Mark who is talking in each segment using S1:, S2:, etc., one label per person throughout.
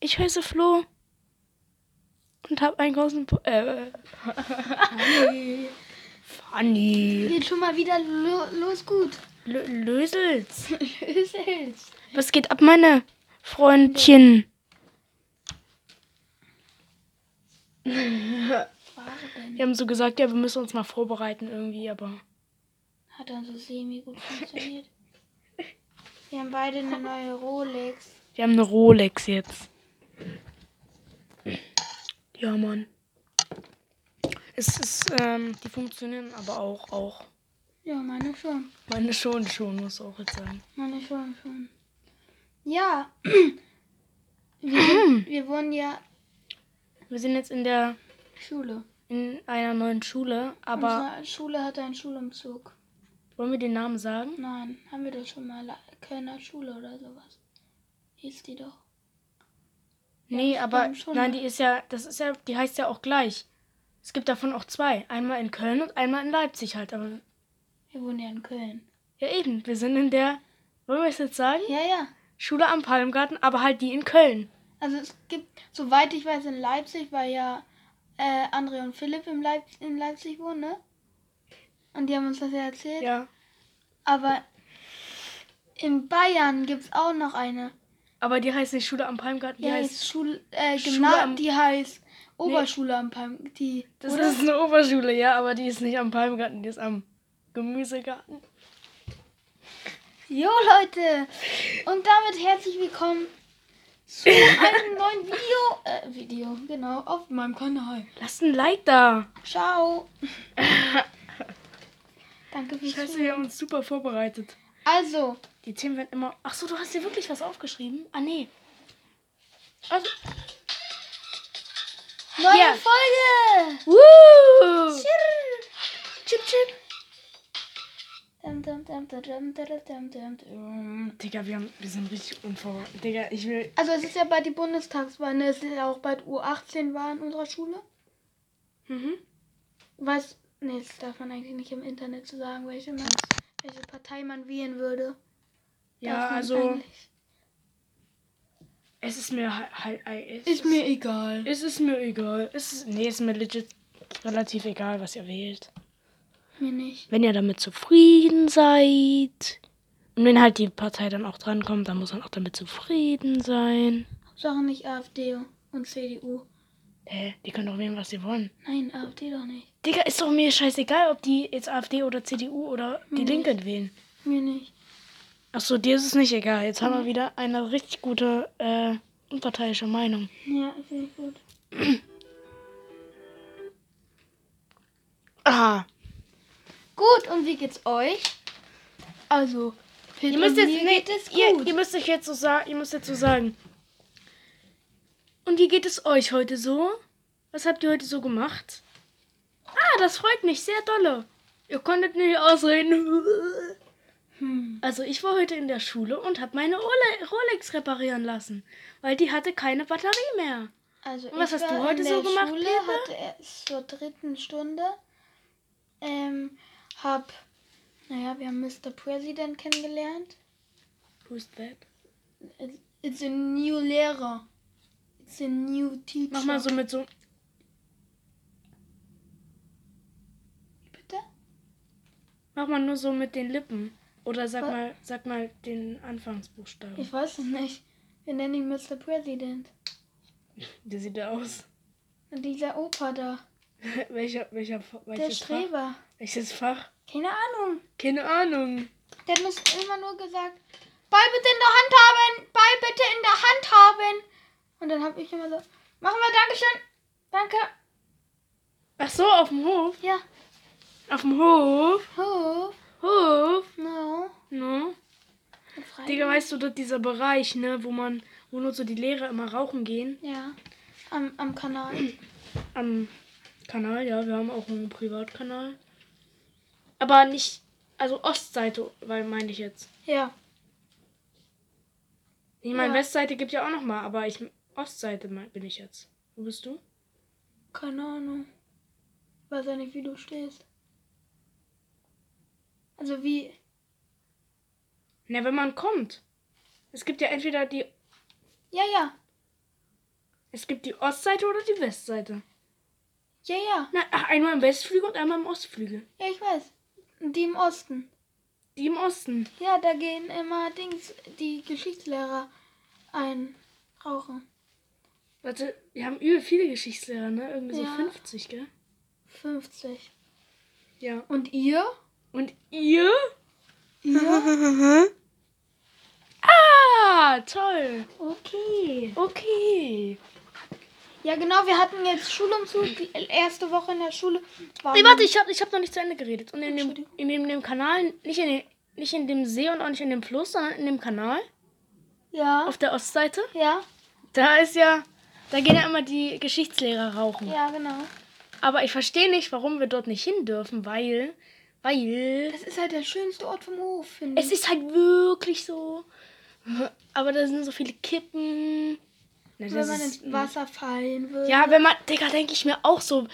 S1: Ich heiße Flo und habe einen großen. Po äh,
S2: Hey.
S1: Fanny.
S2: Geht schon mal wieder lo los gut.
S1: Lö Lösels.
S2: Lösels.
S1: Was geht ab, meine Freundchen?
S2: Wahre denn?
S1: Wir haben so gesagt, ja, wir müssen uns mal vorbereiten irgendwie, aber.
S2: Hat dann so semi gut funktioniert. Wir haben beide eine neue Rolex.
S1: Wir haben eine Rolex jetzt. Ja, Mann. Es ist, ähm, die funktionieren aber auch, auch.
S2: Ja, meine schon.
S1: Meine schon, schon, muss auch jetzt sagen.
S2: Meine schon, schon. Ja. Wir, sind, wir wohnen ja
S1: Wir sind jetzt in der,
S2: Schule.
S1: in einer neuen Schule, aber
S2: Unsere Schule hat einen Schulumzug.
S1: wollen wir den Namen sagen?
S2: Nein, haben wir doch schon mal Kölner Schule oder sowas. Hieß die doch.
S1: Nee, aber,
S2: stimmt schon,
S1: nein,
S2: ne?
S1: die ist ja, das ist ja, die heißt ja auch gleich. Es gibt davon auch zwei. Einmal in Köln und einmal in Leipzig halt, aber,
S2: Wir wohnen ja in Köln.
S1: ja eben, wir sind in der, wollen wir es jetzt sagen?
S2: Ja, ja.
S1: Schule am Palmgarten, aber halt die in Köln.
S2: Also es gibt, soweit ich weiß, in Leipzig, weil ja äh, André und Philipp im Leip in Leipzig wohnen, ne? Und die haben uns das ja erzählt.
S1: Ja.
S2: Aber in Bayern gibt es auch noch eine.
S1: Aber die heißt nicht Schule am Palmgarten, die
S2: Die
S1: heißt
S2: heißt Schul äh,
S1: Schule
S2: Gymna
S1: am-
S2: die heißt Oberschule am Palm. Die,
S1: Das
S2: oder?
S1: ist eine Oberschule, ja, aber die ist nicht am Palmgarten, die ist am Gemüsegarten.
S2: Jo Leute! Und damit herzlich willkommen zu einem neuen Video. Äh, Video, genau, auf meinem Kanal.
S1: Lasst ein Like da.
S2: Ciao! Danke fürs
S1: Scheiße,
S2: Zuschauen.
S1: wir haben uns super vorbereitet.
S2: Also,
S1: Die Themen werden immer. Ach so, du hast dir wirklich was aufgeschrieben? Ah, nee. Also,
S2: neue
S1: Ja.
S2: Folge!
S1: Woo! Chip, chip.
S2: Dum, dum, dum, dum, dum, dum, dum, dum, dum.
S1: Mm, Digga, wir, haben, wir sind richtig unvorbereitet. Digga, ich will.
S2: Also es ist ja bald die Bundestagswahl, ne? Es ist ja auch bald U18 war in unserer Schule.
S1: Mhm.
S2: Weiß, nee, das darf man eigentlich nicht im Internet zu sagen, welche, man, welche Partei man wählen würde.
S1: Ja,
S2: Darf man
S1: also,
S2: eigentlich-
S1: es ist mir halt. halt es
S2: Ist mir egal.
S1: Es ist mir egal. Es ist, nee, ist mir legit relativ egal, was ihr wählt.
S2: Mir nicht.
S1: wenn ihr damit zufrieden seid. Und wenn halt die Partei dann auch drankommt, dann muss man auch damit zufrieden sein.
S2: Sache nicht AfD und CDU.
S1: Hä? Die können doch wählen, was sie wollen.
S2: Nein, AfD doch nicht.
S1: Digga, ist doch mir scheißegal, ob die jetzt AfD oder CDU oder die
S2: Mhm.
S1: Linken wählen.
S2: Mir nicht.
S1: Achso, dir ist es nicht egal. Jetzt haben wir wieder eine richtig gute äh, unparteiische Meinung.
S2: Ja, finde ich gut.
S1: Aha.
S2: Gut, und wie geht's euch? Also,
S1: Ihr
S2: Peter,
S1: müsst jetzt,
S2: mir
S1: nee,
S2: geht es
S1: Ihr,
S2: gut.
S1: ihr müsst euch jetzt so sagen, ihr müsst jetzt so sagen. Und wie geht es euch heute so? Was habt ihr heute so gemacht? Ah, das freut mich sehr dolle. Ihr konntet nicht ausreden.
S2: Hm.
S1: Also ich war heute in der Schule und habe meine Ole Rolex reparieren lassen, weil die hatte keine Batterie mehr.
S2: Also
S1: Und was
S2: ich
S1: hast
S2: war
S1: du heute
S2: in
S1: so
S2: der
S1: gemacht,
S2: Schule,
S1: Peter?
S2: hatte erst zur dritten Stunde. Ähm, hab, naja, wir haben Mr. President kennengelernt.
S1: Who's that?
S2: It's a new Lehrer. It's a new teacher.
S1: Mach mal so mit so.
S2: Bitte?
S1: Mach mal nur so mit den Lippen. Oder sag
S2: Was?
S1: mal, sag mal den Anfangsbuchstaben.
S2: Ich weiß es nicht. Wir nennen ihn Mr. President.
S1: Der sieht ja aus.
S2: Und dieser Opa da.
S1: welcher, welcher,
S2: Der
S1: welches Fach?
S2: Streber.
S1: Welches Fach?
S2: Keine Ahnung.
S1: Keine Ahnung.
S2: Der hat uns immer nur gesagt, Ball bitte in der Hand haben, Ball bitte in der Hand haben. Und dann habe ich immer so, machen wir Dankeschön. Danke.
S1: Ach so, auf dem Hof.
S2: Ja.
S1: Auf dem Hof.
S2: Hof.
S1: Hof.
S2: No.
S1: No. Digga, weißt du, dass dieser Bereich, ne, wo man, wo nur so die Lehrer immer rauchen gehen,
S2: Ja. Am, am Kanal.
S1: am Kanal, ja, wir haben auch einen Privatkanal. Aber nicht, also Ostseite, weil meine ich jetzt.
S2: Ja.
S1: Ich meine,
S2: Ja.
S1: Westseite gibt ja auch noch mal, aber ich, Ostseite mein, bin ich jetzt. Wo bist du?
S2: Keine Ahnung. Weiß ja nicht, wie du stehst. Also wie.
S1: Na, wenn man kommt. Es gibt ja entweder die
S2: Ja, ja.
S1: Es gibt die Ostseite oder die Westseite.
S2: Ja, ja.
S1: Na, ach, einmal im Westflügel und einmal im Ostflügel.
S2: Ja, ich weiß. Die im Osten.
S1: Die im Osten.
S2: Ja, da gehen immer Dings, die Geschichtslehrer ein rauchen.
S1: Warte, wir haben übel viele Geschichtslehrer, ne? Irgendwie
S2: Ja.
S1: so 50, gell?
S2: 50.
S1: Ja.
S2: Und ihr?
S1: Und ihr?
S2: Ihr?
S1: Ah, toll.
S2: okay.
S1: Okay.
S2: Ja, genau, wir hatten jetzt Schulumzug, die erste Woche in der Schule. War
S1: Nee, warte, ich habe ich hab noch nicht zu Ende geredet. Und in dem,
S2: Entschuldigung.
S1: in dem, dem Kanal, nicht in, dem, nicht in dem See und auch nicht in dem Fluss, sondern in dem Kanal
S2: Ja.
S1: auf der Ostseite,
S2: Ja,
S1: da ist ja, da gehen ja immer die Geschichtslehrer rauchen.
S2: ja, genau.
S1: Aber ich verstehe nicht, warum wir dort nicht hin dürfen, weil, weil,
S2: Das ist halt der schönste Ort vom Hof, finde
S1: es
S2: ich.
S1: ist halt wirklich so. Aber da sind so viele Kippen. Na,
S2: Wenn
S1: das
S2: man
S1: ist-
S2: ins Wasser fallen würde.
S1: Ja, wenn man, Digga, denke ich mir auch so,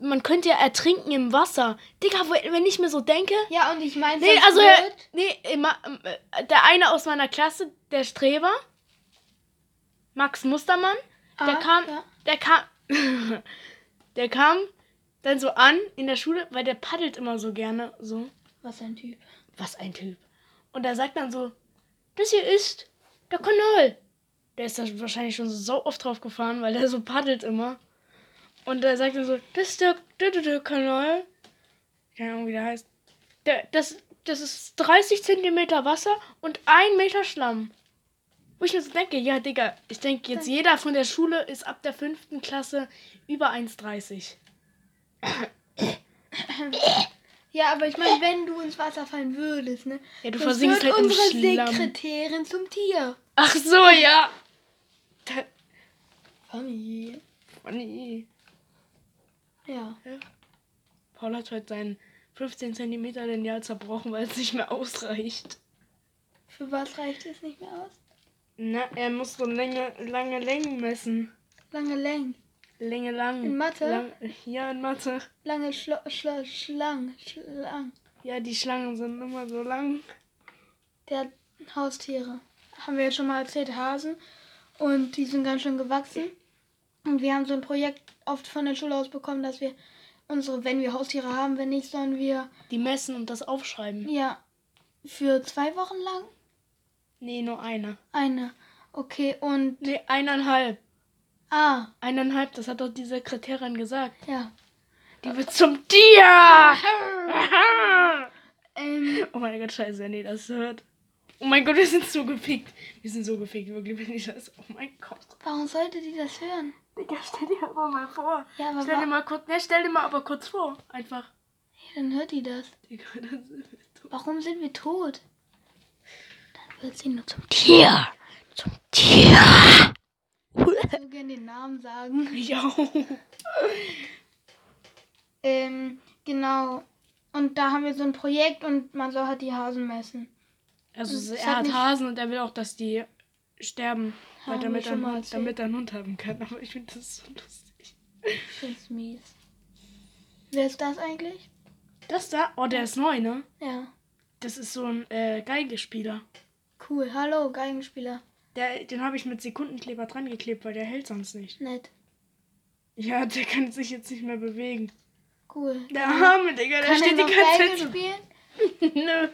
S1: man könnte ja ertrinken im Wasser. Digga, wo- wenn ich mir so denke.
S2: Ja, und ich meine,
S1: Nee, also, ja, nee, immer, äh, der eine aus meiner Klasse, der Streber, Max Mustermann, der
S2: Ah,
S1: kam,
S2: ja.
S1: der kam, der kam dann so an in der Schule, weil der paddelt immer so gerne, so.
S2: Was ein Typ.
S1: Was ein Typ. Und er sagt dann so, das hier ist der Kanal. Der ist da wahrscheinlich schon so oft drauf gefahren, weil der so paddelt immer. Und er sagt dann so, das ist der, der, der, der Kanal. Keine Ahnung, wie der heißt. Der, das, das ist 30 Zentimeter Wasser und ein Meter Schlamm. Wo ich mir so denke, ja, Digga, ich denke jetzt jeder von der Schule ist ab der fünften Klasse über 1,30.
S2: Ja, aber ich meine, wenn du ins Wasser fallen würdest, ne?
S1: Ja, Äh. du
S2: Sonst
S1: versinkst
S2: wird
S1: halt im
S2: unsere
S1: Schlamm.
S2: Sekretärin zum Tier.
S1: Ach so, ja. Da,
S2: Familie.
S1: oh nee.
S2: Ja.
S1: Paul hat heute sein 15 cm Lineal zerbrochen, weil es nicht mehr ausreicht.
S2: Für was reicht es nicht mehr aus?
S1: Na, er muss so Länge, lange Längen messen.
S2: Lange Längen.
S1: Länge lang.
S2: In Mathe?
S1: Lang, ja, in Mathe.
S2: Lange Schlo Schlo Schlang. Schlang.
S1: Ja, die Schlangen sind immer so lang.
S2: Der hat Haustiere. Haben wir jetzt schon mal erzählt, Hasen. Und die sind ganz schön gewachsen. Und wir haben so ein Projekt oft von der Schule aus bekommen, dass wir unsere, wenn wir Haustiere haben, wenn nicht, sollen wir,
S1: Die messen und das aufschreiben.
S2: ja, für zwei Wochen lang
S1: Nee, nur eine.
S2: eine. Okay, und,
S1: Nee, eineinhalb.
S2: ah,
S1: Eineinhalb, das hat doch die Sekretärin gesagt.
S2: ja.
S1: Die wird zum Tier!
S2: Ähm,
S1: oh mein Gott, scheiße, wenn ihr das hört. Oh mein Gott, wir sind so gefickt. Wir sind so gefickt, wirklich, wenn ich das. Oh mein Gott.
S2: warum sollte die das hören?
S1: Digga, stell dir aber mal vor.
S2: Ja, aber
S1: Stell dir
S2: wa-
S1: mal kurz, ne, stell dir mal aber kurz vor. Einfach.
S2: Ja, dann hört die das.
S1: Digga, dann sind wir tot.
S2: Warum sind wir tot? Dann wird sie nur zum
S1: Tier! Zum Tier!
S2: Ich würde gerne den Namen sagen.
S1: Ja.
S2: Ähm, genau. Und da haben wir so ein Projekt und man soll halt die Hasen messen.
S1: Also
S2: Das
S1: er
S2: hat
S1: hat
S2: mich-
S1: Hasen und er will auch, dass die sterben, weil
S2: Haben
S1: damit
S2: wir
S1: er,
S2: schon mal
S1: einen Hund,
S2: erzählt.
S1: damit er einen Hund haben kann. Aber ich finde das so lustig.
S2: Ich find's mies. Wer ist das eigentlich?
S1: Das da, oh, der ist neu, ne?
S2: Ja.
S1: Das ist so ein äh, Geigespieler.
S2: Cool. Hallo, Geigenspieler.
S1: Der, den habe ich mit Sekundenkleber dran geklebt, weil der hält sonst nicht.
S2: Nett.
S1: Ja, der kann sich jetzt nicht mehr bewegen.
S2: Cool.
S1: Der arme Digga, der
S2: Kann er
S1: steht die
S2: noch Geige
S1: ganze Zeit.
S2: spielen?
S1: so- Nö.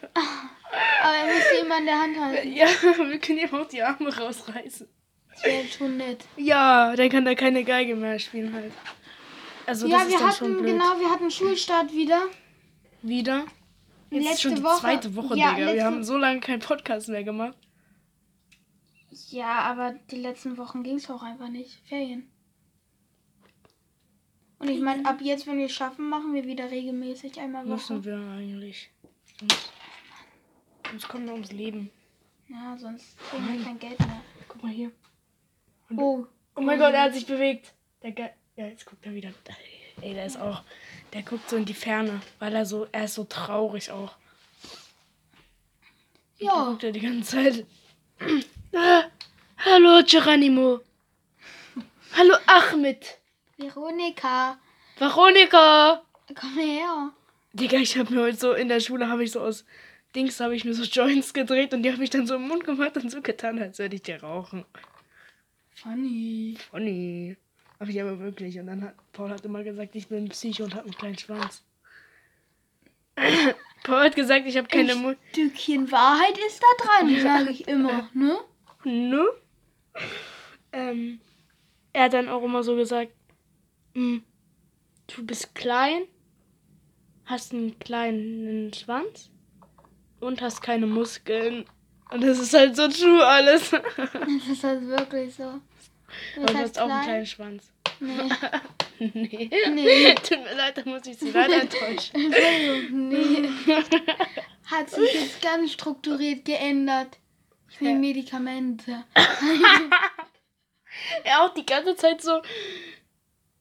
S2: Aber er muss die immer in der Hand halten.
S1: Ja, wir können ihm auch die Arme rausreißen.
S2: Das wäre schon nett.
S1: Ja, dann kann er keine Geige mehr spielen halt. Also
S2: ja,
S1: das ist
S2: wir
S1: dann schon
S2: hatten,
S1: blöd.
S2: genau, wir hatten Schulstart wieder.
S1: Wieder. Jetzt ist
S2: Letzte
S1: schon die
S2: Woche-
S1: zweite Woche,
S2: ja,
S1: Digga.
S2: letzte-
S1: Wir haben so lange keinen Podcast mehr gemacht.
S2: Ja, aber die letzten Wochen ging's auch einfach nicht. Ferien. Und ich meine, ab jetzt, wenn wir es schaffen, machen wir wieder regelmäßig einmal Woche.
S1: Müssen wir eigentlich. Sonst, sonst kommen wir ums Leben.
S2: Ja, sonst kriegen wir kein Geld mehr.
S1: Guck mal hier.
S2: Oh,
S1: Oh mein Gott, er hat sich bewegt. Der Ge ja, jetzt guckt er wieder. Ey, der ist auch. Der guckt so in die Ferne, weil er so, er ist so traurig auch. Da
S2: ja.
S1: guckt er die ganze Zeit. Ah, hallo Geronimo. Hallo Ahmed.
S2: Veronika,
S1: Veronika.
S2: komm her.
S1: Digga, ich habe mir heute so in der Schule habe ich so aus Dings habe ich mir so Joints gedreht und die habe ich dann so im Mund gemacht und so getan, als würde ich die rauchen.
S2: Funny.
S1: Funny. Aber ich aber wirklich. Und dann hat Paul hat immer gesagt, ich bin Psycho und habe einen kleinen Schwanz. Paul hat gesagt, ich habe keine Mutter.
S2: Ein Stückchen Wahrheit ist da dran, sage ich immer, ne?
S1: Ne? Ähm, er hat dann auch immer so gesagt, "Mm, du bist klein, hast einen kleinen Schwanz und hast keine Muskeln. Und das ist halt so true alles. Aber
S2: Das ist halt wirklich so. Du bist
S1: du
S2: halt
S1: hast auch einen
S2: klein.
S1: kleinen Schwanz.
S2: Nee.
S1: Nee.
S2: Nee.
S1: Tut mir leid, da muss ich sie leider enttäuschen.
S2: Entschuldigung, nee. Hat sich jetzt ganz strukturiert geändert. Ich nehme Medikamente.
S1: Ja, auch die ganze Zeit so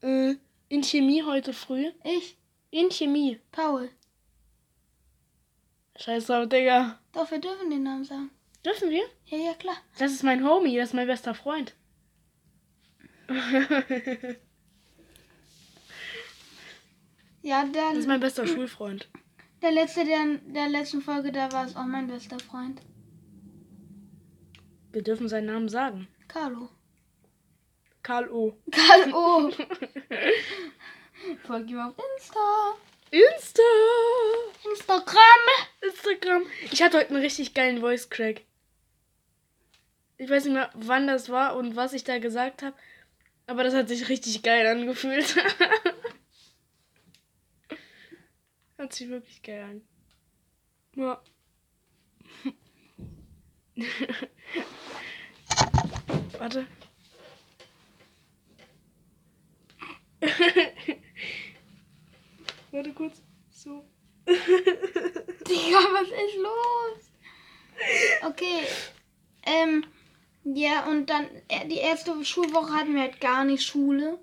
S1: äh, in Chemie heute früh.
S2: Ich,
S1: In Chemie.
S2: Paul.
S1: Scheiße, Digga.
S2: Doch, wir dürfen den Namen sagen.
S1: Dürfen wir?
S2: Ja, ja, klar.
S1: Das ist mein Homie, das ist mein bester Freund. das
S2: Ja, dann.
S1: ist mein bester Schulfreund.
S2: Der letzte, der in der letzten Folge da war, ist auch mein bester Freund.
S1: Wir dürfen seinen Namen sagen.
S2: Carlo.
S1: Karl O.
S2: Carlo! Folgt Oh. ihm auf Insta.
S1: Insta!
S2: Instagram!
S1: Instagram. Ich hatte heute einen richtig geilen Voice Crack. Ich weiß nicht mehr, wann das war und was ich da gesagt habe, aber das hat sich richtig geil angefühlt. hat sich wirklich geil an. Ja. Warte. Warte kurz. So.
S2: Digga, was ist los? Okay. Ähm, ja, und dann äh, die erste Schulwoche hatten wir halt gar nicht Schule.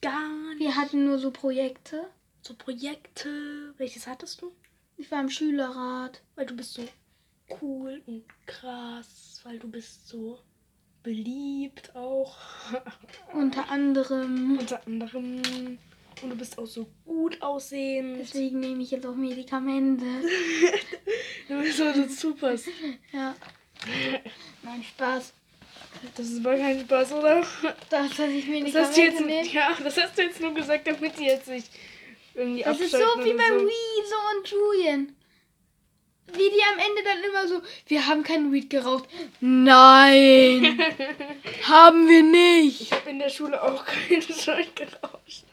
S1: Gar nicht.
S2: Wir hatten nur so Projekte.
S1: So Projekte. Welches hattest du?
S2: Ich war im Schülerrat.
S1: Weil du bist so cool und krass, weil du bist so beliebt auch.
S2: Unter anderem.
S1: Unter anderem. Und du bist auch so gut aussehend.
S2: Deswegen nehme ich jetzt auch Medikamente.
S1: Du bist so dazu passt.
S2: Ja. Nein, Spaß.
S1: Das ist mal kein Spaß, oder?
S2: Das, dass ich Medikamente
S1: Das hast, du jetzt,
S2: nehme.
S1: ja, das hast du jetzt nur gesagt, damit die jetzt nicht irgendwie
S2: Das ist so
S1: abschalten
S2: wie
S1: oder
S2: bei Weezer und Julian. Wie die am Ende dann immer so, wir haben keinen Weed geraucht. Nein, haben wir nicht.
S1: Ich habe in der Schule auch keinen Schein gerauscht.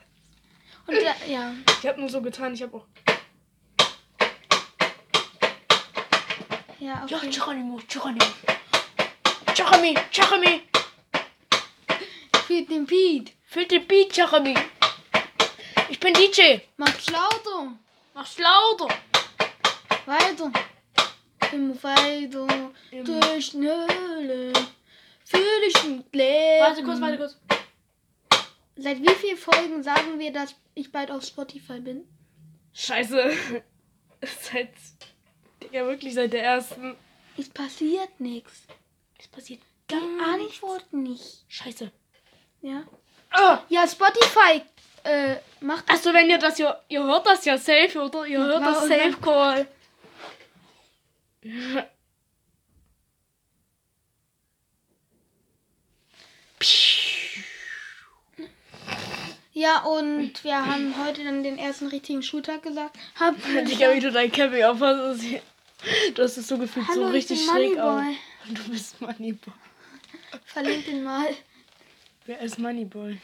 S2: Und da, ja,
S1: Ich habe nur so getan, ich habe auch.
S2: ja,
S1: Ja,
S2: okay.
S1: Geronimo, Geronimo. Jeremy, Jeremy.
S2: Spielt den Beat.
S1: Füllt den Beat, Jeremy. Ich bin DJ.
S2: Macht lauter.
S1: Mach's lauter.
S2: Weiter. Immer weiter.
S1: Immer.
S2: Durch die Höhle. Für dich und Leben.
S1: Warte kurz, warte kurz.
S2: Seit wie vielen Folgen sagen wir, dass ich bald auf Spotify bin?
S1: Scheiße. Seit. Digga, wirklich seit der ersten.
S2: Es passiert nichts.
S1: Es passiert
S2: Die Antwort nicht.
S1: Scheiße.
S2: Ja.
S1: Ah!
S2: Ja, Spotify äh, macht
S1: Achso, wenn ihr das ja. Ihr hört das ja safe, oder? Ihr
S2: Na
S1: hört
S2: klar,
S1: das
S2: oder?
S1: safe call.
S2: Ja, und wir haben heute dann den ersten richtigen Schultag gesagt. Hab
S1: Digga, wie du dein Camping aufhast. das ist hier- Du hast es so gefühlt
S2: Hallo,
S1: so
S2: ich
S1: richtig
S2: bin
S1: schräg auf.
S2: Moneyboy.
S1: Du bist Moneyboy.
S2: Verlinkt den mal.
S1: Wer ist Moneyboy?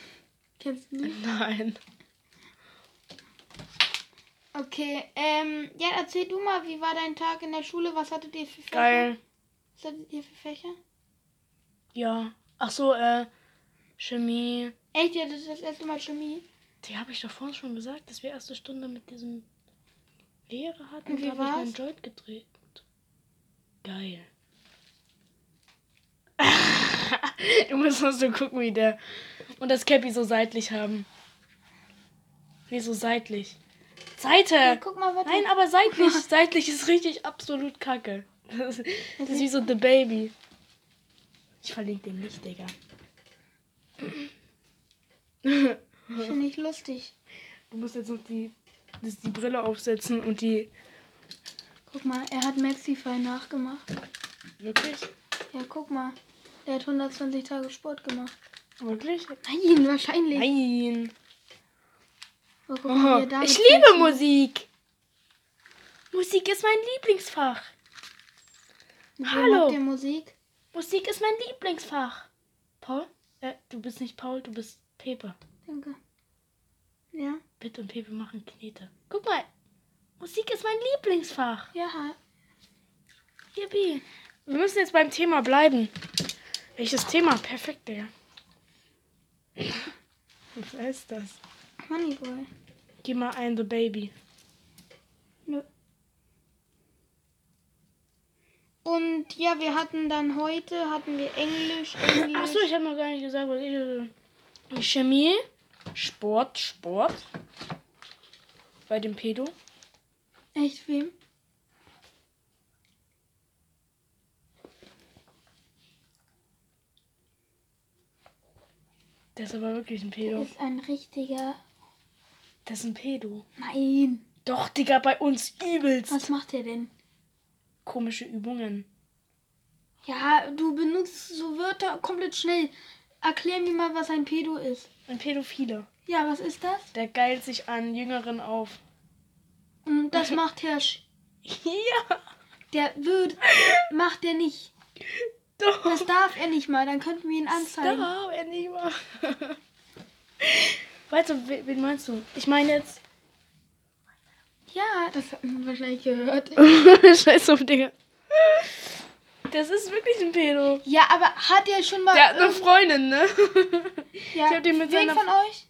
S2: Kennst du nicht?
S1: Nein.
S2: Okay, ähm, ja, erzähl du mal, wie war dein Tag in der Schule? Was hattet ihr für Fächer?
S1: Geil.
S2: Was hattet ihr für Fächer?
S1: Ja. Ach so, äh, Chemie.
S2: Echt, ihr hattet das erste Mal Chemie?
S1: Die habe ich doch vorhin schon gesagt, dass wir erste Stunde mit diesem Lehrer hatten.
S2: Und wie
S1: da habe ich meinen
S2: war's?
S1: Joint gedreht. Geil. du musst nur so gucken, wie der. Und das Cappy so seitlich haben. Nee, so seitlich.
S2: Ja,
S1: Seite!
S2: guck mal, warte.
S1: Äh, Nein, aber seitlich. seitlich ist richtig absolut kacke. Das ist, das ist wie so The Baby. Ich verlinke den nicht, Digga.
S2: Finde ich lustig.
S1: Du musst jetzt noch die, das, die Brille aufsetzen und die.
S2: Guck mal, er hat Maxify nachgemacht.
S1: Wirklich?
S2: Ja, guck mal. Er hat 120 Tage Sport gemacht.
S1: Wirklich?
S2: Nein, wahrscheinlich.
S1: Nein.
S2: Mal gucken, wie
S1: Oh,
S2: ihr damit
S1: ich liebe
S2: klingt.
S1: Musik. Musik ist mein Lieblingsfach.
S2: Wie
S1: Hallo.
S2: Macht ihr Musik?
S1: Musik ist mein Lieblingsfach. Paul? Äh, du bist nicht Paul, du bist Pepe.
S2: Danke. Ja?
S1: Pitt und Pepe machen Knete. Guck mal. Musik ist mein Lieblingsfach.
S2: Ja.
S1: Yippie. Wir müssen jetzt beim Thema bleiben. Welches Thema? Perfekt, Digga. Was ist das?
S2: Honeyboy.
S1: Gib mal ein The Baby.
S2: Nö. Und ja, wir hatten dann heute, hatten wir Englisch, Englisch.
S1: Achso, ich habe noch gar nicht gesagt, was ich. Chemie, Sport, Sport. Bei dem Pedo.
S2: Echt wem?
S1: Der ist aber wirklich ein Pedo.
S2: Ist ein richtiger.
S1: Das ist ein Pedo.
S2: Nein.
S1: Doch, Digga, bei uns übelst.
S2: Was macht er denn?
S1: Komische Übungen.
S2: Ja, du benutzt so Wörter komplett schnell. Erklär mir mal, was ein Pedo ist.
S1: Ein Pädophile.
S2: Ja, was ist das?
S1: Der geilt sich an Jüngeren auf.
S2: Und das macht Herr Sch
S1: ja,
S2: Der wird. Macht er nicht.
S1: doch.
S2: Das darf er nicht mal, dann könnten wir ihn anzeigen.
S1: Stop, endlich mal. Warte, we- wen meinst du? Ich meine jetzt.
S2: Ja, das hat man wahrscheinlich gehört.
S1: Scheiß auf, Digga. Das ist wirklich ein Pedo.
S2: Ja, aber hat er schon mal.
S1: Der hat eine Freundin, ne?
S2: ja,
S1: ich hab den mit
S2: wen
S1: seiner-
S2: von euch?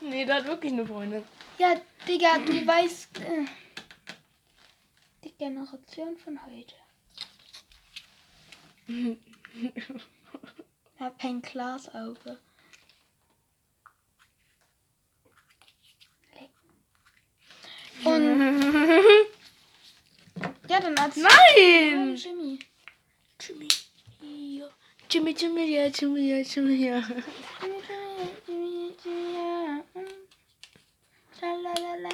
S1: nee, der hat wirklich eine Freundin.
S2: Ja, Digga, du weißt. Äh, die Generation von heute. Hab ein Glasauge. Und ja, dann als
S1: Nein!
S2: Jimmy.
S1: Jimmy, ja. Jimmy, Jimmy, ja, Jimmy, ja, Jimmy, ja.
S2: Jimmy, Jimmy, Jimmy, Jimmy, ja. Mm. Schalalala.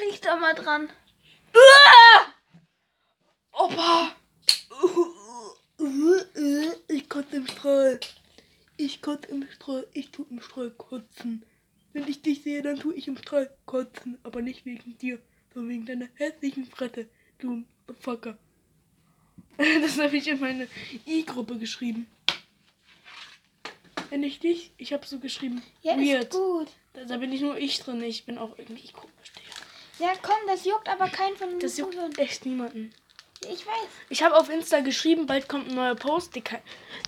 S2: Riech doch mal dran.
S1: Opa! Ich kotze im Strahl. Ich kotze im Strahl. Ich tu im Strahl kotzen. Wenn ich dich sehe, dann tu ich im Strahl kotzen. Aber nicht wegen dir, sondern wegen deiner hässlichen Fresse. Du Fucker. Das habe ich in meine I-Gruppe geschrieben. Wenn ich dich, ich habe so geschrieben.
S2: Ja, ist
S1: weird.
S2: gut.
S1: Da, da bin nicht nur ich drin, ich bin auch irgendwie komisch. Digga.
S2: Ja, komm, das juckt aber keinen von
S1: Das juckt
S2: Zuhörern.
S1: echt niemanden.
S2: Ich weiß.
S1: Ich habe auf Insta geschrieben, bald kommt ein neuer Post. Dicker,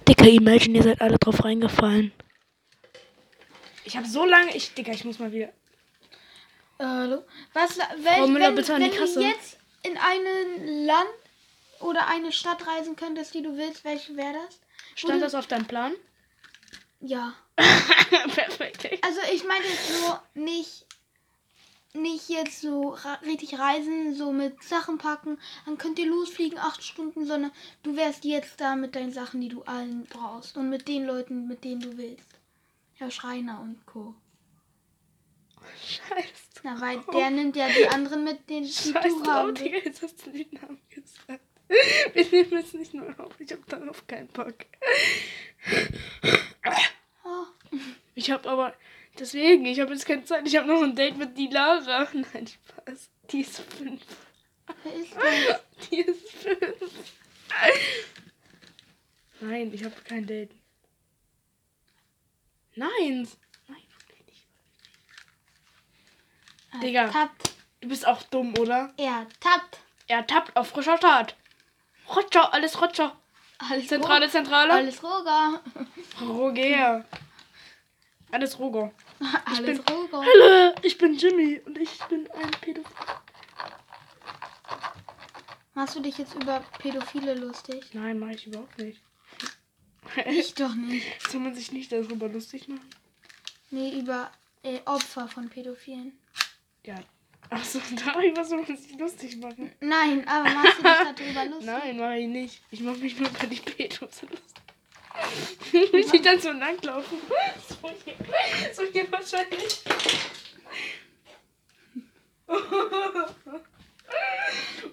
S1: Dicker Imagine, ihr seid alle drauf reingefallen. Ich habe so lange. Ich, Dicker, ich muss mal wieder.
S2: Äh, Hallo? Was, wenn,
S1: Frau Müller,
S2: wenn,
S1: bitte an die
S2: wenn
S1: Kasse.
S2: du jetzt in ein Land oder eine Stadt reisen könntest, die du willst, welche wäre das?
S1: Stand
S2: Wurde-
S1: das auf deinem Plan?
S2: Ja.
S1: Perfekt. ey.
S2: Also ich meine jetzt so nicht, nicht jetzt so ra- richtig reisen, so mit Sachen packen, dann könnt ihr losfliegen, acht Stunden, sondern du wärst jetzt da mit deinen Sachen, die du allen brauchst und mit den Leuten, mit denen du willst. Herr Schreiner und Co.
S1: Scheiß.
S2: Na, weil der nimmt ja die anderen mit, den die
S1: Oh. Scheiß
S2: du
S1: drauf,
S2: haben willst.
S1: Digga, jetzt hast du den Namen gesagt. Wir nehmen es nicht nur auf. Ich habe darauf keinen Bock.
S2: Oh.
S1: Ich habe aber. Deswegen, ich habe jetzt keine Zeit. Ich habe noch ein Date mit die Lara. Nein, Spaß. Die ist fünf.
S2: Wer ist das?
S1: Die ist fünf. Nein, ich habe kein Date. Nein. Nein, wirklich nicht. Digga.
S2: Ertappt.
S1: Du bist auch dumm, oder?
S2: Ertappt.
S1: Er tappt auf frischer Tat. Roger, alles Roger.
S2: Alles
S1: Zentrale,
S2: Ro-
S1: Zentrale.
S2: Alles Roger.
S1: Roger. Alles Roger.
S2: Alles
S1: bin-
S2: Roger.
S1: Hallo, ich bin Jimmy und ich bin ein Pädophil.
S2: Machst du dich jetzt über Pädophile lustig?
S1: Nein, mache ich überhaupt nicht.
S2: Ich doch nicht.
S1: Soll man sich nicht darüber lustig machen?
S2: Nee, über äh, Opfer von Pädophilen.
S1: Ja. Achso, darüber soll man sich lustig machen.
S2: Nein, aber machst du dich darüber lustig?
S1: Nein, mach ich nicht. Ich mach mich nur über die Pedos lustig. Will die dann so langlaufen? So hier, so hier wahrscheinlich.